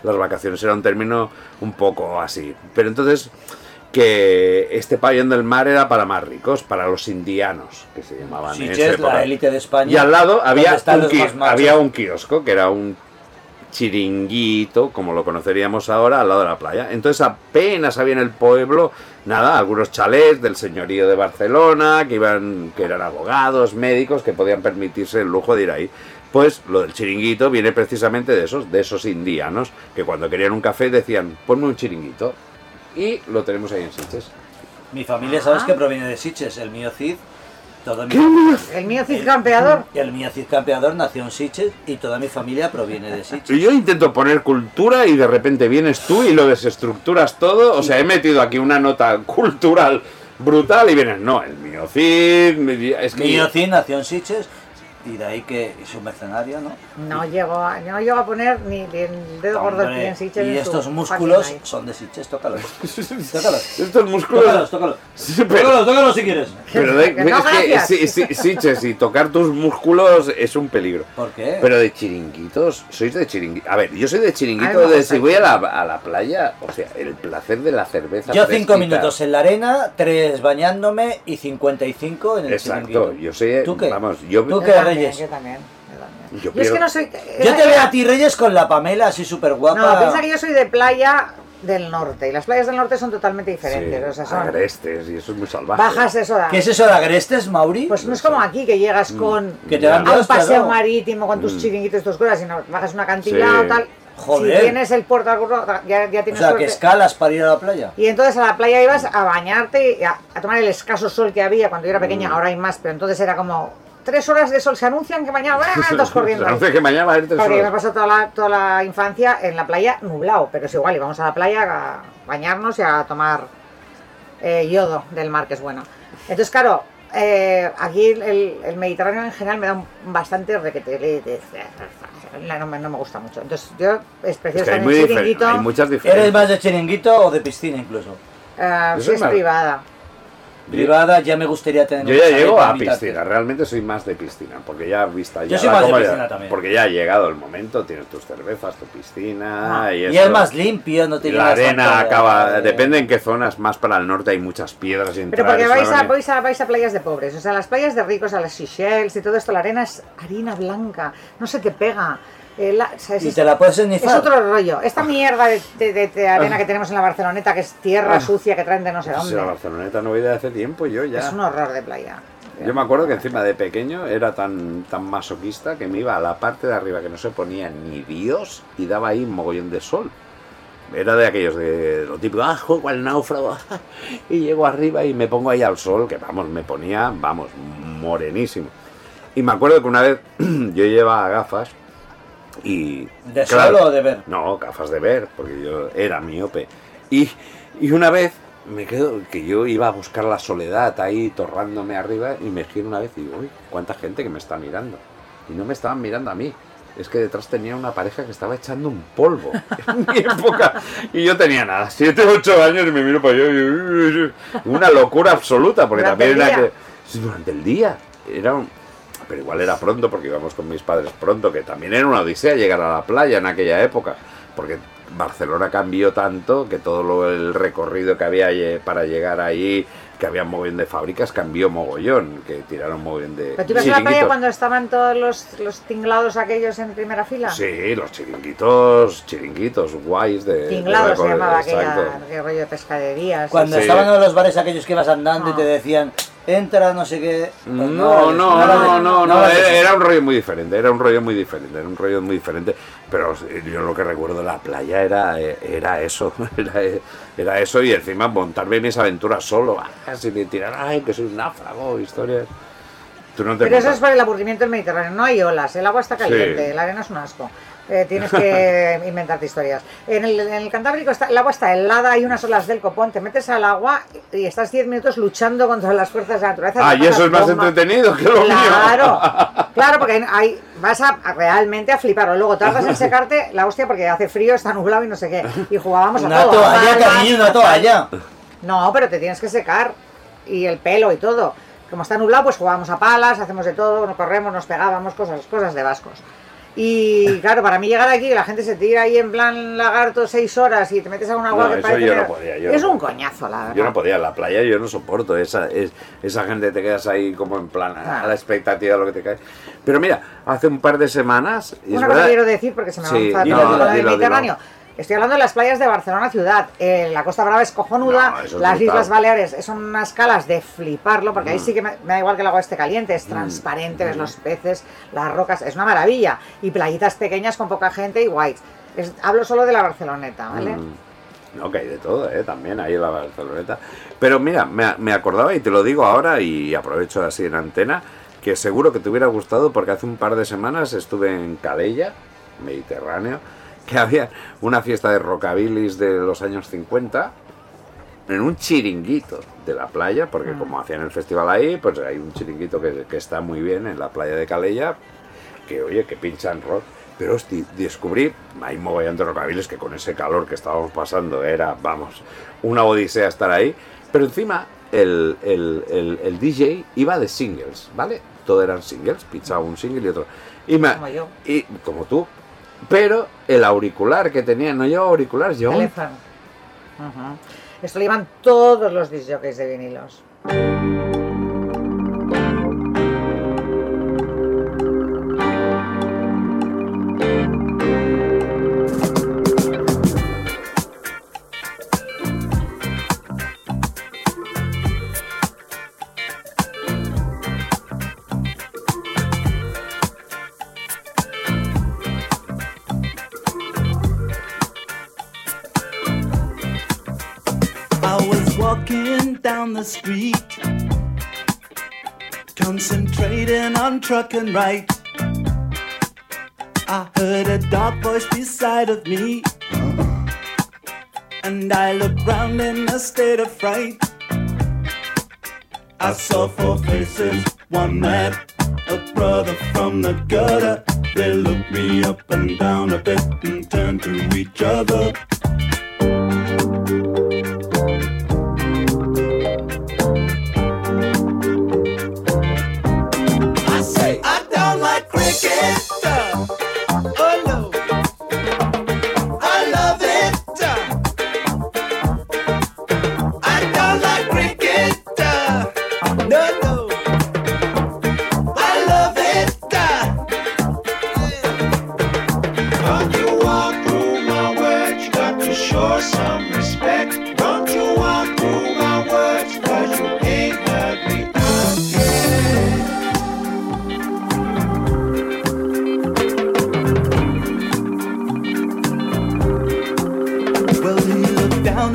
Speaker 2: las vacaciones era un término un poco así. Pero entonces que este pabellón del mar era para más ricos, para los indianos, que se llamaban en esa
Speaker 5: Siches,
Speaker 2: época.
Speaker 5: la élite de España.
Speaker 2: Y al lado
Speaker 5: ¿Dónde
Speaker 2: había
Speaker 5: están
Speaker 2: un,
Speaker 5: los
Speaker 2: qui-
Speaker 5: más machos?
Speaker 2: había un kiosco que era un chiringuito, como lo conoceríamos ahora, al lado de la playa. Entonces apenas había en el pueblo, nada, algunos chalés del señorío de Barcelona, que iban, que eran abogados, médicos, que podían permitirse el lujo de ir ahí. Pues lo del chiringuito viene precisamente de esos, de esos indianos, que cuando querían un café decían, ponme un chiringuito. Y lo tenemos ahí en Sitges.
Speaker 5: Mi familia,
Speaker 4: Ah.
Speaker 5: ¿sabes que proviene de Siches? El mío Cid. Todo mi...
Speaker 4: El mío Cid Campeador.
Speaker 5: El mío Cid Campeador nació en Siches y toda mi familia proviene de Siches.
Speaker 2: Y Yo intento poner cultura y de repente vienes tú y lo desestructuras todo. O sea, he metido aquí una nota cultural brutal y vienes, no, el mío Cid, es que...
Speaker 5: Mío Cid nació en Siches y de ahí que es un mercenario, ¿no?
Speaker 4: No llego a, no llego a poner ni el dedo gordo
Speaker 5: Hombre,
Speaker 4: aquí en Sitges
Speaker 5: y
Speaker 4: en su
Speaker 5: estos
Speaker 4: página
Speaker 5: músculos
Speaker 4: ahí.
Speaker 5: son de Siches, tócalos. Tócalos.
Speaker 2: Estos músculos...
Speaker 5: Tócalos, tócalos.
Speaker 2: Sí, pero,
Speaker 5: Tócalos, tócalos si quieres.
Speaker 2: pero de-
Speaker 4: Que no,
Speaker 2: es que
Speaker 4: gracias.
Speaker 2: sí, sí, sí, Ches, y tocar tus músculos es un peligro.
Speaker 5: ¿Por qué?
Speaker 2: Pero de chiringuitos, sois de chiringuitos. A ver, yo soy de
Speaker 4: A mí me
Speaker 2: chiringuito de
Speaker 4: gusta
Speaker 2: si
Speaker 4: el
Speaker 2: voy a la, a la playa, o sea, el placer de la cerveza.
Speaker 5: Yo cinco
Speaker 2: fresquita.
Speaker 5: minutos en la arena, tres bañándome y 55 en el
Speaker 2: Exacto,
Speaker 5: chiringuito.
Speaker 2: yo soy.
Speaker 5: ¿Tú qué?
Speaker 2: Vamos, yo.
Speaker 5: ¿Tú
Speaker 4: Yo
Speaker 5: qué,
Speaker 4: también,
Speaker 5: Reyes?
Speaker 4: Yo también. Yo,
Speaker 2: Yo
Speaker 4: también. Yo es
Speaker 2: quiero-
Speaker 4: que no soy.
Speaker 5: Yo te veo a ti, Reyes, con la Pamela así súper guapa.
Speaker 4: No, piensa que yo soy de playa del norte y las playas del norte son totalmente diferentes.
Speaker 2: Sí,
Speaker 4: o sea, son
Speaker 2: agrestes, y eso es muy salvaje.
Speaker 4: bajas eso. da-
Speaker 5: ¿Qué es eso de agrestes, Mauri?
Speaker 4: Pues no es como aquí que llegas
Speaker 2: Mm.
Speaker 4: con
Speaker 5: Que te dan
Speaker 4: a un
Speaker 5: dos, claro.
Speaker 4: paseo marítimo con tus chiringuitos, tus cosas, y no, bajas una cantina
Speaker 2: Sí.
Speaker 4: o tal.
Speaker 5: Joder.
Speaker 4: Si tienes el puerto alguno, ya, ya
Speaker 5: o
Speaker 4: tienes
Speaker 5: sea, que
Speaker 4: suerte.
Speaker 5: escalas para ir a la playa.
Speaker 4: Y entonces a la playa ibas a bañarte y a, a tomar el escaso sol que había cuando yo era
Speaker 2: Mm.
Speaker 4: pequeña, ahora hay más, pero entonces era como tres horas de sol, se anuncian que mañana,
Speaker 2: Pues,
Speaker 4: ¡ah! dos corriendo. ahí. pues,
Speaker 2: No sé que mañana va a haber tres
Speaker 4: Porque yo me
Speaker 2: horas.
Speaker 4: pasó toda la, toda la infancia en la playa nublado, pero es igual, íbamos a la playa a bañarnos y a tomar eh, yodo del mar, que es bueno. Entonces, claro, eh, aquí el, el- el Mediterráneo en general me da un bastante requete. No, me- no me gusta mucho. Entonces, yo es
Speaker 2: Es
Speaker 4: precioso
Speaker 2: que hay,
Speaker 4: estar
Speaker 2: muy
Speaker 4: en
Speaker 2: difer-
Speaker 4: chiringuito,
Speaker 2: hay muchas
Speaker 5: ¿Eres
Speaker 2: diferencias.
Speaker 5: más de chiringuito o de piscina incluso?
Speaker 4: eh,
Speaker 2: Yo
Speaker 4: si
Speaker 2: soy
Speaker 4: es
Speaker 2: más-
Speaker 4: privada.
Speaker 5: Privada ya me gustaría tener
Speaker 2: Yo
Speaker 5: un
Speaker 2: ya
Speaker 5: chalet
Speaker 2: llego
Speaker 5: para
Speaker 2: a
Speaker 5: invitarte.
Speaker 2: piscina, realmente soy más de piscina, porque ya vista ya.
Speaker 5: Yo soy
Speaker 2: la
Speaker 5: más de
Speaker 2: como ya-
Speaker 5: piscina también.
Speaker 2: Porque ya ha llegado el momento, tienes tus cervezas, tu piscina.
Speaker 5: Ah,
Speaker 2: y,
Speaker 5: y
Speaker 2: eso.
Speaker 5: es más limpio, no
Speaker 2: Y
Speaker 5: tiene
Speaker 2: La
Speaker 5: más
Speaker 2: arena
Speaker 5: tanta-
Speaker 2: acaba.
Speaker 5: eh,
Speaker 2: Depende en qué zonas, más para el norte hay muchas piedras. y
Speaker 4: Pero
Speaker 2: entrar
Speaker 4: porque
Speaker 2: es
Speaker 4: vais
Speaker 2: una
Speaker 4: a,
Speaker 2: avenida.
Speaker 4: vais, a, vais a playas de pobres, o sea, las playas de ricos, a las Seychelles y todo esto, la arena es harina blanca, no se te pega. Eh, la- o sea, es-
Speaker 5: Y te la puedes esnifar.
Speaker 4: Es otro rollo. Esta mierda de, de- de- de arena
Speaker 5: Ah.
Speaker 4: que tenemos en la Barceloneta, que es tierra sucia que traen de no sé
Speaker 2: Pues a la
Speaker 4: dónde.
Speaker 2: Barceloneta no voy de hace tiempo, yo ya.
Speaker 4: Es un horror de playa.
Speaker 2: Yo me acuerdo que encima de pequeño era tan, tan masoquista que me iba a la parte de arriba que no se ponía ni Dios y daba ahí un mogollón de sol. Era de aquellos de lo típico, ah, juego al náufrago. Y llego arriba y me pongo ahí al sol, que vamos, me ponía, vamos, morenísimo. Y me acuerdo que una vez yo llevaba gafas y.
Speaker 5: ¿De
Speaker 2: claro,
Speaker 5: solo o de ver?
Speaker 2: no, gafas de ver, porque yo era miope. Y, y una vez me quedo que yo iba a buscar la soledad ahí torrándome arriba y me giro una vez y digo, uy, cuánta gente que me está mirando. Y no me estaban mirando a mí, Es que detrás tenía una pareja que estaba echando un polvo. En mi época. Y yo tenía nada, 7, 8 años y me miro para allá. y- Una locura absoluta, porque
Speaker 4: Durante
Speaker 2: también
Speaker 4: el
Speaker 2: era
Speaker 4: día.
Speaker 2: que. sí, durante el día. Era un- Pero igual era pronto, porque íbamos con mis padres pronto, que también era una odisea llegar a la playa en aquella época. Porque Barcelona cambió tanto que todo lo- el recorrido que había lle- para llegar ahí, que había un mogollón de fábricas, cambió mogollón, que tiraron mogollón de.
Speaker 4: ¿Pero tú ibas a la playa
Speaker 2: chiringuitos.
Speaker 4: cuando estaban todos los, los tinglados aquellos en primera fila?
Speaker 2: Sí, los chiringuitos, chiringuitos guays de. de
Speaker 4: Tinglados se
Speaker 2: recorrer,
Speaker 4: llamaba
Speaker 2: exacto.
Speaker 4: aquella, aquel rollo de pescaderías.
Speaker 5: Cuando
Speaker 2: Sí.
Speaker 5: estaban en los bares aquellos que ibas andando y
Speaker 4: Ah.
Speaker 5: te decían, entra, no sé qué. pues
Speaker 2: No,
Speaker 5: vale,
Speaker 2: no, no,
Speaker 5: vale,
Speaker 2: no, no,
Speaker 5: vale.
Speaker 2: era, era un rollo muy diferente, era un rollo muy diferente, era un rollo muy diferente, pero eh, yo lo que recuerdo de la playa era, eh, era eso, era, eh, era eso y encima montarme mis aventuras solo, ah, sin de tirar, ay, que soy un náufrago, historias. Tú no te
Speaker 4: Pero eso es
Speaker 2: montas.
Speaker 4: por el aburrimiento del Mediterráneo. No hay olas, el agua está caliente,
Speaker 2: Sí.
Speaker 4: la arena es un asco. Eh, tienes que inventarte historias. En el, en el Cantábrico está, el agua está helada, hay unas olas del copón, te metes al agua y estás 10 minutos luchando contra las fuerzas de la naturaleza.
Speaker 2: Ah,
Speaker 4: te
Speaker 2: y eso
Speaker 4: pasas
Speaker 2: es más
Speaker 4: bomba.
Speaker 2: entretenido que lo mío.
Speaker 4: Claro, claro, porque hay- hay- vas a, a realmente a flipar. O luego tardas en secarte la hostia porque hace frío, está nublado y no sé qué. Y jugábamos a
Speaker 5: Una
Speaker 4: todo.
Speaker 5: toalla,
Speaker 4: palmas,
Speaker 5: cariño, una toalla.
Speaker 4: no, pero te tienes que secar. Y el pelo y todo. Como está nublado, pues jugábamos a palas, hacemos de todo, nos corremos, nos pegábamos, cosas, cosas de vascos. Y claro, para mí llegar aquí, que la gente se tira ahí en plan lagarto seis horas y te metes a un agua
Speaker 2: No,
Speaker 4: que
Speaker 2: eso
Speaker 4: parece
Speaker 2: yo
Speaker 4: que-
Speaker 2: no podía, yo
Speaker 4: es
Speaker 2: no
Speaker 4: un
Speaker 2: podía.
Speaker 4: coñazo, la verdad.
Speaker 2: Yo no podía, en la playa yo no soporto. Esa, es, esa gente te quedas ahí como en plan a, a
Speaker 4: Ah.
Speaker 2: la expectativa de lo que te cae. Pero mira, hace un par de semanas. y es
Speaker 4: Una cosa
Speaker 2: verdad-
Speaker 4: quiero decir porque se me va
Speaker 2: Sí,
Speaker 4: a avanzar
Speaker 2: dilo,
Speaker 4: todo el
Speaker 2: dilo, dilo.
Speaker 4: Mediterráneo. Estoy hablando de las playas de Barcelona ciudad. Eh, la Costa Brava es cojonuda,
Speaker 2: No, eso es
Speaker 4: las
Speaker 2: brutal. Mm.
Speaker 4: Islas Baleares son unas calas de fliparlo, porque ahí sí que me, me da igual que el agua esté caliente, es transparente, ves los peces, las rocas, es una maravilla. Y playitas pequeñas con poca gente y guays. Es- hablo solo de la Barceloneta, ¿vale?
Speaker 2: Mm. No, que hay de todo, ¿eh? también ahí en la Barceloneta. Pero mira, me, me acordaba y te lo digo ahora y aprovecho así en antena, que seguro que te hubiera gustado porque hace un par de semanas estuve en Calella, Mediterráneo, que había una fiesta de rockabilis de los años 50 en un chiringuito de la playa,
Speaker 4: Ah.
Speaker 2: porque como hacían el festival ahí, pues hay un chiringuito que, que está muy bien en la playa de Calella, que oye, que pinchan rock. Pero hosti, descubrí, hay mogollón de rockabiles que con ese calor que estábamos pasando era, vamos, una odisea estar ahí. Pero encima el, el- el- el DJ iba de singles, ¿vale? Todo eran singles, pinchaba un single y otro. Y me-
Speaker 4: Como yo.
Speaker 2: Y, como tú. Pero el auricular que tenía, no llevaba auriculares, llevaba un
Speaker 4: Teléfono. Ujú. Esto lo llevan todos los disc jockeys de vinilos.
Speaker 1: I was walking down the street, concentrating on trucking right. I heard a dark voice beside of me, and I looked round in a state of fright. I saw four faces, one mad, a brother from the gutter. They looked me up and down a bit and turned to each other. I say I don't like cricket. uh, Oh no, I love it. uh. I don't like cricket. uh, No, no, I love it. uh. Don't you walk through my words, you got to show some respect. Don't you walk through my words, cause you ain't got me out here. Well, he looked down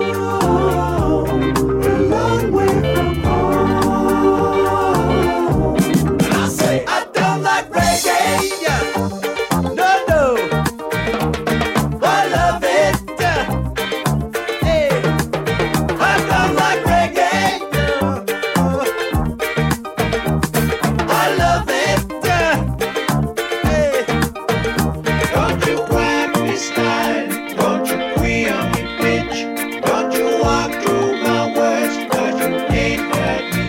Speaker 7: A long way from home. And I say I don't like reggae. No, no. I love it. Hey, I don't like reggae. I love it. Hey.
Speaker 1: Don't you grab me style, don't you queer me bitch, don't you walk through my words, cause you ain't heard me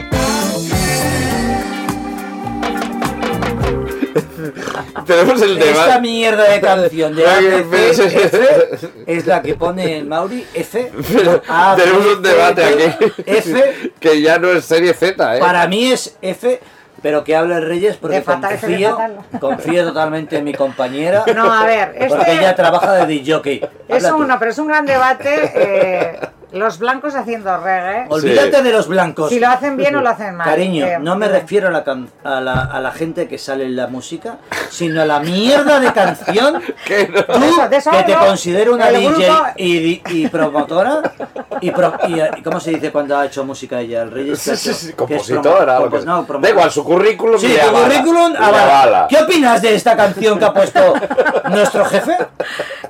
Speaker 2: Tenemos el tema.
Speaker 5: Esta mierda de canción de
Speaker 2: Pero que- pero
Speaker 5: ABC,
Speaker 2: se-
Speaker 5: es la que pone el Mauri F.
Speaker 2: Pero
Speaker 5: A, B,
Speaker 2: tenemos un
Speaker 5: C,
Speaker 2: debate
Speaker 5: D,
Speaker 2: aquí.
Speaker 5: F.
Speaker 2: Que ya no es serie Z, ¿eh?
Speaker 5: Para mí es F, pero que hable Reyes porque
Speaker 4: De fatal, F de
Speaker 5: confío,
Speaker 4: fatal.
Speaker 5: confío totalmente en mi compañera.
Speaker 4: No, a ver,
Speaker 5: Porque
Speaker 4: este-
Speaker 5: ella trabaja de jockey.
Speaker 4: Es
Speaker 5: Habla tú.
Speaker 4: uno, pero es un gran debate. eh, los blancos haciendo reggae.
Speaker 5: Olvídate de los blancos.
Speaker 4: Si lo hacen bien o lo hacen mal.
Speaker 5: Cariño,
Speaker 4: Eh,
Speaker 5: no me refiero a la, can- a, la, a la gente que sale en la música, sino a la mierda de canción
Speaker 2: Que no.
Speaker 5: tú,
Speaker 4: De eso- de eso
Speaker 5: que te
Speaker 4: hablo,
Speaker 5: considero una
Speaker 4: el
Speaker 5: DJ
Speaker 4: grupo-
Speaker 5: y, di- y promotora y, pro- y, eh, ¿cómo se dice cuando ha hecho música ella? El Reyes
Speaker 2: Sí, sí, sí,
Speaker 5: que ha hecho- que es promo-
Speaker 2: Compositora. lo
Speaker 5: compos-
Speaker 2: que-
Speaker 5: no, promo-
Speaker 2: da igual, su currículum.
Speaker 5: Sí,
Speaker 2: le
Speaker 5: tu
Speaker 2: avala,
Speaker 5: currículum
Speaker 2: le
Speaker 5: avala.
Speaker 2: avala.
Speaker 5: ¿Qué opinas de esta canción que ha puesto nuestro jefe?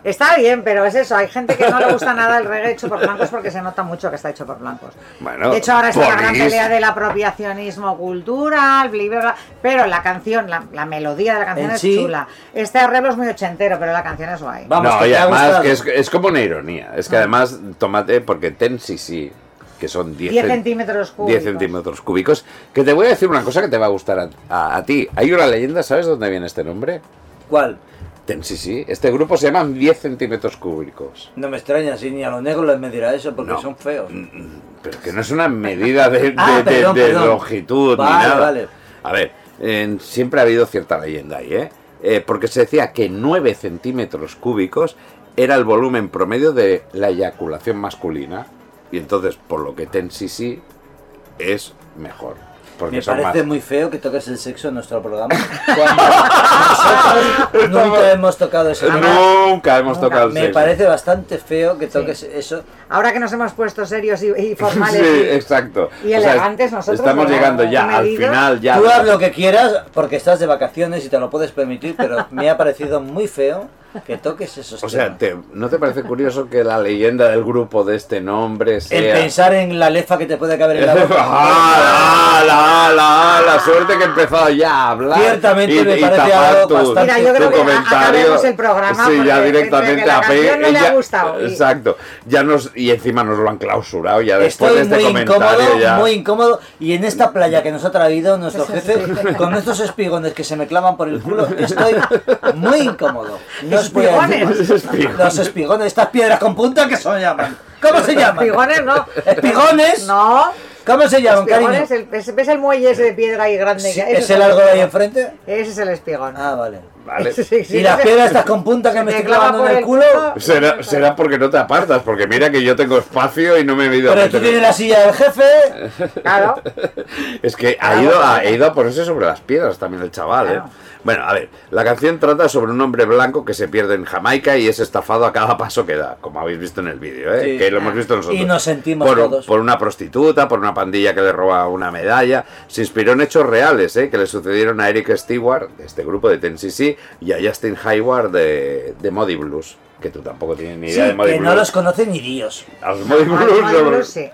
Speaker 4: Está bien, pero es eso. Hay gente que no le gusta nada el reggae hecho por blancos porque se nota mucho que está hecho por blancos.
Speaker 2: Bueno,
Speaker 4: de hecho, ahora está la gran
Speaker 2: ponéis-
Speaker 4: pelea del apropiacionismo cultural, bli, bla, bla, pero la canción, la, la melodía de la canción
Speaker 5: En
Speaker 4: es
Speaker 5: sí.
Speaker 4: chula. Este arreglo es muy ochentero, pero la canción es guay.
Speaker 5: Vamos,
Speaker 2: no,
Speaker 5: que
Speaker 2: y
Speaker 5: te ha
Speaker 2: además
Speaker 5: gustado.
Speaker 2: que es, es como una ironía. Es que además, tomate, porque Ten sí sí, que son 10
Speaker 4: 10
Speaker 2: cen-
Speaker 4: centímetros
Speaker 2: 10
Speaker 4: cúbicos.
Speaker 2: centímetros cúbicos. Que te voy a decir una cosa que te va a gustar a, a- a ti. Hay una leyenda, ¿sabes dónde viene este nombre?
Speaker 5: ¿Cuál?
Speaker 2: Ten sí sí. Este grupo se llaman 10 centímetros cúbicos.
Speaker 5: No me extraña, si ni a los negros les medirá eso porque
Speaker 2: No.
Speaker 5: son feos.
Speaker 2: Pero que no es una medida de, de-
Speaker 5: Ah,
Speaker 2: de-
Speaker 5: perdón,
Speaker 2: de
Speaker 5: perdón.
Speaker 2: longitud
Speaker 5: Vale,
Speaker 2: ni nada.
Speaker 5: vale.
Speaker 2: A ver, en- siempre ha habido cierta leyenda ahí, ¿eh? Eh, Porque se decía que 9 centímetros cúbicos era el volumen promedio de la eyaculación masculina. Y entonces, por lo que ten sí sí, es mejor. Porque
Speaker 5: Me
Speaker 2: son
Speaker 5: parece
Speaker 2: más-
Speaker 5: muy feo que toques el sexo en nuestro programa. Cuando nosotros nunca hemos tocado ese tema.
Speaker 2: Nunca hemos
Speaker 4: Nunca.
Speaker 2: tocado el
Speaker 5: Me
Speaker 2: sexo.
Speaker 5: parece bastante feo que toques eso.
Speaker 4: Ahora que nos hemos puesto serios y, y formales.
Speaker 2: Sí,
Speaker 4: y-
Speaker 2: exacto.
Speaker 4: y elegantes nosotros,
Speaker 2: Estamos
Speaker 4: ¿verdad?
Speaker 2: llegando ya al
Speaker 4: Medidos.
Speaker 2: final. ya
Speaker 5: Tú
Speaker 2: de la-
Speaker 5: haz lo que quieras porque estás de vacaciones y te lo puedes permitir, pero me ha parecido muy feo que toques esos
Speaker 2: O sea,
Speaker 5: temas.
Speaker 2: te- ¿no te parece curioso que la leyenda del grupo de este nombre
Speaker 5: El
Speaker 2: sea...
Speaker 5: pensar en la lefa que te puede caber en la boca.
Speaker 2: ¡Ala, ala, ala, ala! Suerte que he empezado ya a hablar.
Speaker 5: Ciertamente
Speaker 2: y,
Speaker 5: me
Speaker 2: y
Speaker 5: parece
Speaker 2: tapar
Speaker 5: algo
Speaker 2: tu,
Speaker 5: bastante-
Speaker 4: Mira, yo
Speaker 2: tu
Speaker 4: creo que
Speaker 2: comentario.
Speaker 4: acabemos el programa
Speaker 2: Sí, ya
Speaker 4: porque
Speaker 2: directamente
Speaker 4: entre que la
Speaker 2: a pe-
Speaker 4: canción no le
Speaker 2: ya-
Speaker 4: ha gustado y-
Speaker 2: Exacto. Ya nos, y encima nos lo han clausurado ya después
Speaker 5: Estoy
Speaker 2: de este
Speaker 5: muy
Speaker 2: comentario.
Speaker 5: incómodo,
Speaker 2: ya.
Speaker 5: muy incómodo. Y en esta playa que nos ha traído nuestro jefe, con estos espigones que se me clavan por el culo, estoy muy incómodo. No os voy a decir-
Speaker 2: Espigones.
Speaker 5: Los espigones, estas piedras con punta que se llaman. ¿Cómo se llaman?
Speaker 4: Espigones, no.
Speaker 5: Espigones.
Speaker 4: No.
Speaker 5: ¿Cómo se llaman, cariño?
Speaker 4: Espigones, el- es- ¿Ves el muelle ese de piedra ahí grande?
Speaker 5: Sí,
Speaker 4: que- esos
Speaker 5: ¿Ese
Speaker 4: son
Speaker 5: largo de ahí
Speaker 4: espigón.
Speaker 5: enfrente?
Speaker 4: Ese es el espigón.
Speaker 5: Ah, vale.
Speaker 2: Vale.
Speaker 4: Sí, sí, sí.
Speaker 5: Y las piedras estas con punta que
Speaker 4: Se
Speaker 5: me
Speaker 4: te
Speaker 5: estoy
Speaker 4: clava
Speaker 5: clavando
Speaker 4: por
Speaker 5: en el
Speaker 4: el
Speaker 5: culo.
Speaker 4: culo.
Speaker 2: Será, será porque no te apartas, porque mira que yo tengo espacio y no me he ido a
Speaker 5: Pero tú
Speaker 2: meter-
Speaker 5: tienes la silla del jefe.
Speaker 4: Claro.
Speaker 2: Es que ha ido, a, he ido a ponerse sobre las piedras también el chaval, ¿eh?
Speaker 4: Claro.
Speaker 2: Bueno, a ver, la canción trata sobre un hombre blanco que se pierde en Jamaica y es estafado a cada paso que da, como habéis visto en el vídeo, ¿eh?
Speaker 5: Sí.
Speaker 2: Que lo hemos visto nosotros.
Speaker 5: Y nos sentimos
Speaker 2: por,
Speaker 5: todos.
Speaker 2: Por una prostituta, por una pandilla que le roba una medalla. Se inspiró en hechos reales, ¿eh? Que le sucedieron a Eric Stewart, de este grupo de Ten CC, y a Justin Hayward de, de Modi Blues, que tú tampoco tienes ni
Speaker 5: Sí,
Speaker 2: idea de Modi
Speaker 5: que
Speaker 2: Blues.
Speaker 5: no los Ah, conoce ni Dios.
Speaker 2: A los Modi
Speaker 4: Al
Speaker 2: Blues,
Speaker 4: Mad
Speaker 2: no-
Speaker 4: Blues, sí.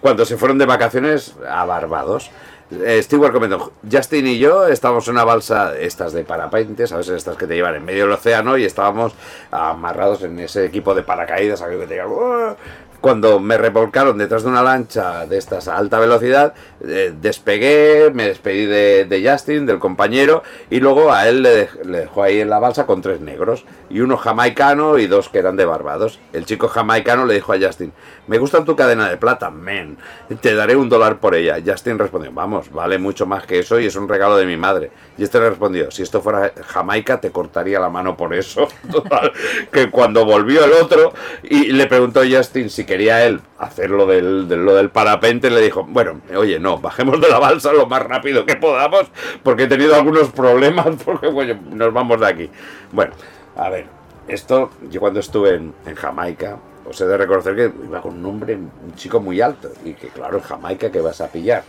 Speaker 2: cuando se fueron de vacaciones a Barbados. Eh, Stewart comentó, Justin y yo estábamos en una balsa, estas de parapentes, a veces estas que te llevan en medio del océano, y estábamos amarrados en ese equipo de paracaídas, aquello que te llevan, ¡uh! Cuando me revolcaron detrás de una lancha de estas a alta velocidad, eh, despegué, me despedí de, de Justin, del compañero, y luego a él le, dej- le dejó ahí en la balsa con tres negros, y uno jamaicano y dos que eran de Barbados. El chico jamaicano le dijo a Justin, me gusta tu cadena de plata, men, te daré un dólar por ella. Justin respondió, vamos, vale mucho más que eso y es un regalo de mi madre. Y este le respondió, si esto fuera Jamaica te cortaría la mano por eso. Total, que cuando volvió el otro y le preguntó a Justin si quería él hacer lo del, de lo del parapente, le dijo, bueno, oye, no, bajemos de la balsa lo más rápido que podamos porque he tenido algunos problemas porque bueno, nos vamos de aquí. Bueno, a ver. Esto, yo cuando estuve en, en Jamaica, os he de reconocer que iba con un hombre, un chico muy alto. Y que claro, en Jamaica, que vas a pillar?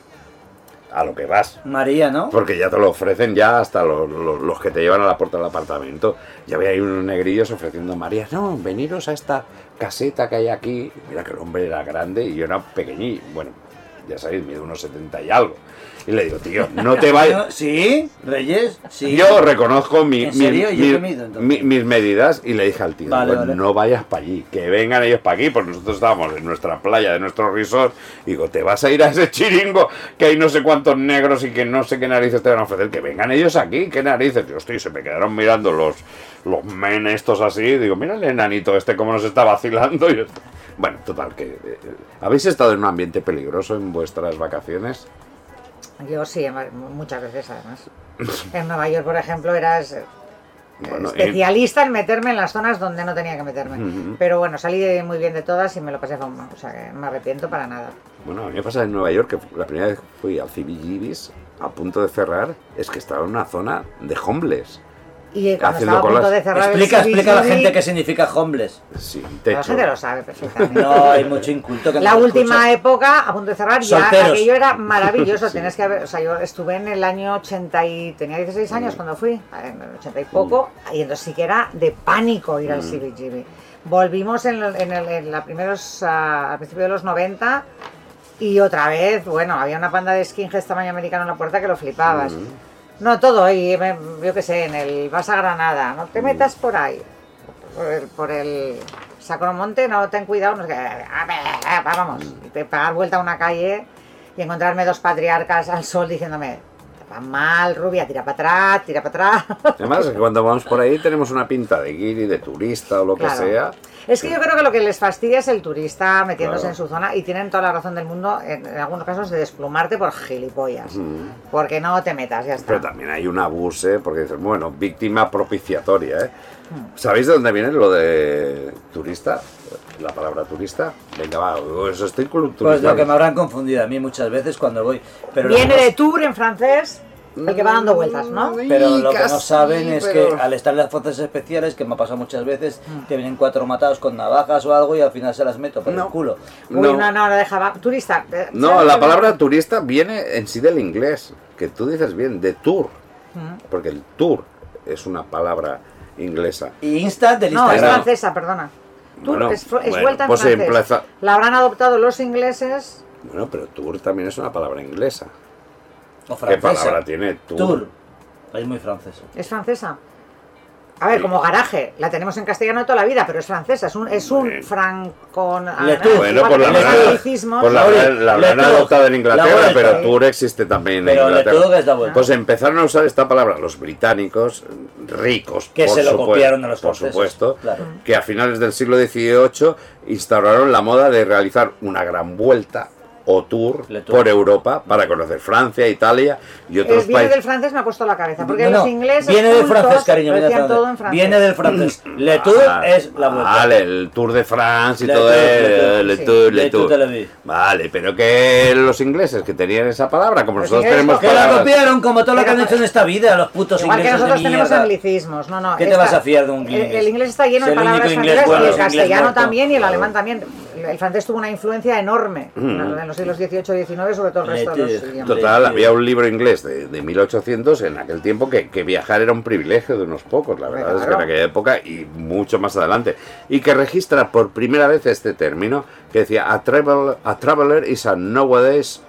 Speaker 2: A lo que vas.
Speaker 5: María, ¿no?
Speaker 2: Porque ya te lo ofrecen ya hasta los, los- los que te llevan a la puerta del apartamento. Ya había ahí unos negrillos ofreciendo a María, no, veniros a esta caseta que hay aquí. Mira que el hombre era grande y yo era pequeñí. Bueno, ya sabéis, mide unos 70 y algo. Y le digo, tío, no te vayas.
Speaker 5: ¿Sí? ¿Reyes? Sí.
Speaker 2: Yo reconozco mi-
Speaker 5: ¿En
Speaker 2: mi-
Speaker 5: serio? Yo
Speaker 2: mi-
Speaker 5: te mido, entonces.
Speaker 2: mi- mis medidas y le dije al tío,
Speaker 5: Vale,
Speaker 2: "Pues
Speaker 5: vale.
Speaker 2: no vayas para allí, que vengan ellos para aquí, porque nosotros estábamos en nuestra playa, de nuestro resort. Y digo, te vas a ir a ese chiringo que hay no sé cuántos negros y que no sé qué narices te van a ofrecer, que vengan ellos aquí, qué narices. Yo estoy, se me quedaron mirando los, los men estos así. Digo, mira el enanito este cómo nos está vacilando. Y yo- bueno, total, que... eh, eh, ¿Habéis estado en un ambiente peligroso en vuestras vacaciones?
Speaker 4: Yo sí, en va- muchas veces además. En Nueva York, por ejemplo, eras eh,
Speaker 2: Bueno, y-
Speaker 4: especialista en meterme en las zonas donde no tenía que meterme. Pero bueno, salí de- muy bien de todas y me lo pasé bomba. O sea, que no me arrepiento para nada.
Speaker 2: Bueno, a mí me pasa en Nueva York que la primera vez que fui al CBGBs a punto de cerrar es que estaba en una zona de homeless.
Speaker 4: Y eh, cuando
Speaker 2: Haciendo
Speaker 4: estaba a punto
Speaker 2: colas.
Speaker 4: de cerrar el
Speaker 5: Explica, explica a la
Speaker 4: CBGB,
Speaker 5: gente qué significa homeless.
Speaker 2: Sin
Speaker 4: La
Speaker 2: techo.
Speaker 4: gente lo sabe perfectamente.
Speaker 5: No, hay mucho inculto que no
Speaker 4: La
Speaker 5: lo
Speaker 4: última
Speaker 5: escucha.
Speaker 4: época, a punto de cerrar, ya
Speaker 5: Solteros.
Speaker 4: aquello era maravilloso. Tienes que haber, o sea, yo estuve en el año 80 y tenía 16 años
Speaker 5: Mm.
Speaker 4: cuando fui, en el 80 y poco, y entonces sí que era de pánico
Speaker 5: Mm.
Speaker 4: ir al CBGB. Volvimos en, el- en el- en la primeros, ah, al principio de los 90 y otra vez, bueno, había una panda de skinheads tamaño americano en la puerta que lo flipabas.
Speaker 5: Mm.
Speaker 4: No, todo, y me- yo qué sé, en el vas a Granada, no
Speaker 2: Mm.
Speaker 4: te metas por ahí, por el, por el Sacromonte, no ten cuidado, no sé qué, a ver, vamos,
Speaker 2: Mm.
Speaker 4: y te pagar vuelta a una calle y encontrarme dos patriarcas al sol diciéndome, te va mal, rubia, tira para atrás, tira para atrás.
Speaker 2: Además, es que cuando vamos por ahí tenemos una pinta de guiri, de turista o lo
Speaker 4: Claro.
Speaker 2: que sea.
Speaker 4: Es que yo creo que lo que les fastidia es el turista metiéndose
Speaker 2: Claro.
Speaker 4: en su zona y tienen toda la razón del mundo, en, en algunos casos, de desplumarte por gilipollas. Porque no te metas, ya está.
Speaker 2: Mm. Pero también hay un abuso, ¿eh? porque dices, bueno, víctima propiciatoria. ¿eh? ¿Sabéis de dónde viene lo de turista? La palabra turista. Venga, va, os estoy
Speaker 5: Pues lo que me
Speaker 2: culturizando.
Speaker 5: habrán confundido a mí muchas veces cuando voy. Pero lo
Speaker 4: Viene
Speaker 5: que no-
Speaker 4: de Tour en francés, el que va dando vueltas, ¿no?
Speaker 2: Mm,
Speaker 5: Pero lo que no saben es que
Speaker 2: pero-
Speaker 5: al estar en las fuerzas especiales, que me ha pasado muchas veces,
Speaker 4: Mm.
Speaker 5: te vienen cuatro matados con navajas o algo y al final se las meto por el
Speaker 2: No.
Speaker 5: culo.
Speaker 4: Uy, no, no, lo dejaba. Turista. eh,
Speaker 2: No,
Speaker 4: ¿sabes
Speaker 2: la
Speaker 4: qué?
Speaker 2: palabra turista viene en sí del inglés, que tú dices bien, de tour, porque el tour es una palabra inglesa.
Speaker 5: Y Insta del
Speaker 4: No, es
Speaker 5: Instagram.
Speaker 4: francesa, perdona. Tour
Speaker 2: Bueno,
Speaker 4: es, fr- es
Speaker 2: bueno,
Speaker 4: vuelta en
Speaker 2: pues en
Speaker 4: francés.
Speaker 2: plaza-
Speaker 4: La habrán adoptado los ingleses.
Speaker 2: Bueno, pero tour también es una palabra inglesa.
Speaker 5: o
Speaker 2: ¿Qué
Speaker 5: francesa.
Speaker 2: palabra tiene tour?
Speaker 5: Tour. Es muy francesa.
Speaker 4: Es francesa. A ver,
Speaker 2: Sí.
Speaker 4: como garaje, la tenemos en castellano toda la vida, pero es francesa, es un, es un ah,
Speaker 2: Bien.
Speaker 4: francón.
Speaker 5: Le Tour.
Speaker 2: Bueno, por la
Speaker 5: Los
Speaker 2: verdad,
Speaker 5: anglicismos.
Speaker 2: por la,
Speaker 5: Oye,
Speaker 2: verdad- la
Speaker 5: le
Speaker 2: verdad
Speaker 5: tour.
Speaker 2: adoptada en
Speaker 5: La
Speaker 2: Inglaterra,
Speaker 5: vuelta. ¿eh?
Speaker 2: pero tour existe también en
Speaker 5: Pero le
Speaker 2: Inglaterra.
Speaker 5: tour es la vuelta.
Speaker 2: Pues empezaron a usar esta palabra los británicos, ricos,
Speaker 5: Que
Speaker 2: por
Speaker 5: se lo
Speaker 2: supuesto,
Speaker 5: copiaron de los
Speaker 2: por
Speaker 5: franceses,
Speaker 2: supuesto,
Speaker 5: claro.
Speaker 2: que a finales del siglo XVIII instauraron la moda de realizar una gran vuelta o tour
Speaker 5: Le tour.
Speaker 2: por Europa para conocer Francia, Italia y otros
Speaker 4: El Eh, viene del
Speaker 2: países.
Speaker 4: francés me ha puesto la cabeza, porque
Speaker 5: No, no,
Speaker 4: los ingleses
Speaker 5: Viene del
Speaker 4: cultos
Speaker 5: francés, cariño.
Speaker 4: lo
Speaker 5: Viene del
Speaker 4: decían todo en
Speaker 5: francés.
Speaker 4: francés.
Speaker 5: Viene del francés. Le Tour
Speaker 2: Ah,
Speaker 5: es la vuelta.
Speaker 2: Vale, el Tour de France y
Speaker 5: Le
Speaker 2: todo
Speaker 5: Tour,
Speaker 2: eh,
Speaker 5: Le
Speaker 2: Le
Speaker 4: Tour, sí.
Speaker 2: Tour,
Speaker 5: Le
Speaker 2: Le
Speaker 5: Tour
Speaker 2: Tour.
Speaker 5: Tel Aviv.
Speaker 2: Vale, pero que los ingleses que tenían esa palabra, como
Speaker 4: Los
Speaker 2: nosotros
Speaker 4: ingleses
Speaker 2: tenemos
Speaker 5: Que la
Speaker 2: palabras-
Speaker 5: copiaron como todo lo que han hecho en esta vida, los putos
Speaker 4: Igual que
Speaker 5: ingleses
Speaker 4: nosotros
Speaker 5: de
Speaker 4: tenemos
Speaker 5: mierda.
Speaker 4: anglicismos, no, no.
Speaker 5: ¿Qué te vas a fiar de un
Speaker 4: el- El,
Speaker 5: inglés?
Speaker 4: inglés está lleno
Speaker 5: Es
Speaker 4: de
Speaker 5: el único
Speaker 4: palabras
Speaker 5: inglés
Speaker 4: francesas
Speaker 5: bueno,
Speaker 4: y el
Speaker 5: es inglés
Speaker 4: castellano
Speaker 5: muerto.
Speaker 4: también y el alemán también. El francés tuvo una influencia enorme
Speaker 5: Mm.
Speaker 4: en los siglos XVIII y XIX, sobre todo el resto de los
Speaker 5: Leche.
Speaker 4: idiomas.
Speaker 2: Total,
Speaker 5: Hombre,
Speaker 2: había un libro inglés de, de 1800 en aquel tiempo que, que viajar era un privilegio de unos pocos, la verdad es que en
Speaker 4: Claro.
Speaker 2: aquella época y mucho más adelante. Y que registra por primera vez este término que decía: A, travel, a traveler is a nowadays,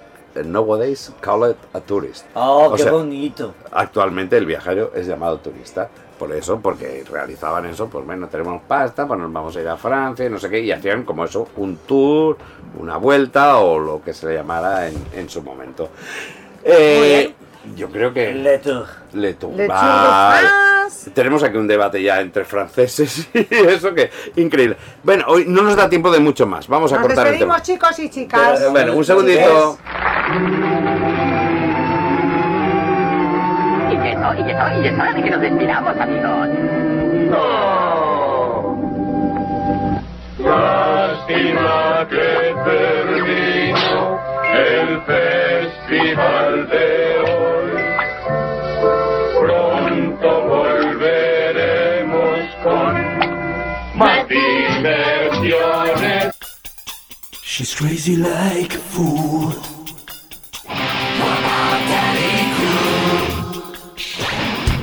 Speaker 2: nowadays called a tourist.
Speaker 5: Oh,
Speaker 2: O
Speaker 5: qué
Speaker 2: sea,
Speaker 5: bonito.
Speaker 2: Actualmente el viajero es llamado turista. Por eso, porque realizaban eso, pues bueno, tenemos pasta, pues nos vamos a ir a Francia, y no sé qué, y hacían como eso, un tour, una vuelta o lo que se le llamara en, en su momento. Eh, yo creo que
Speaker 5: Le Tour.
Speaker 2: le Tour,
Speaker 4: Le Tour de
Speaker 2: vale.
Speaker 4: France.
Speaker 2: Tenemos aquí un debate ya entre franceses y eso que increíble. Bueno, hoy no nos da tiempo de mucho más. Vamos a
Speaker 4: Nos
Speaker 2: cortar el tema.
Speaker 4: despedimos, chicos y chicas.
Speaker 5: Pero-
Speaker 2: Bueno, un segundito.
Speaker 8: Y eso, y eso, y eso, de que nos despidamos, amigos.
Speaker 1: Lástima que terminó el festival de hoy. Pronto volveremos con
Speaker 7: She's crazy like a fool.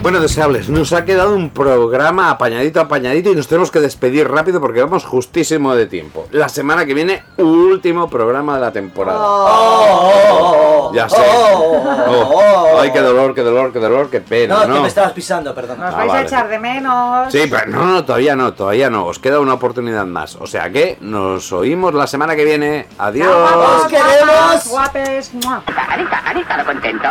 Speaker 2: Bueno, deseables, nos ha quedado un programa apañadito, apañadito y nos tenemos que despedir rápido porque vamos justísimo de tiempo. La semana que viene, último programa de la temporada.
Speaker 5: Oh.
Speaker 2: ya sé. Oh, ay, qué dolor, qué dolor, qué dolor, qué
Speaker 5: No,
Speaker 2: pena,
Speaker 5: es
Speaker 2: ¿no?
Speaker 5: que me estabas pisando, perdón.
Speaker 4: Nos
Speaker 2: Ah,
Speaker 4: vais a
Speaker 2: vale.
Speaker 4: echar de menos.
Speaker 2: Sí, pero no, no, todavía no, todavía no. Os queda una oportunidad más. O sea que nos oímos la semana que viene. Adiós.
Speaker 4: Guapos,
Speaker 5: Os queremos.
Speaker 4: guapas, Guapes. ¡mua!
Speaker 8: ¿Han estado, han estado contentos?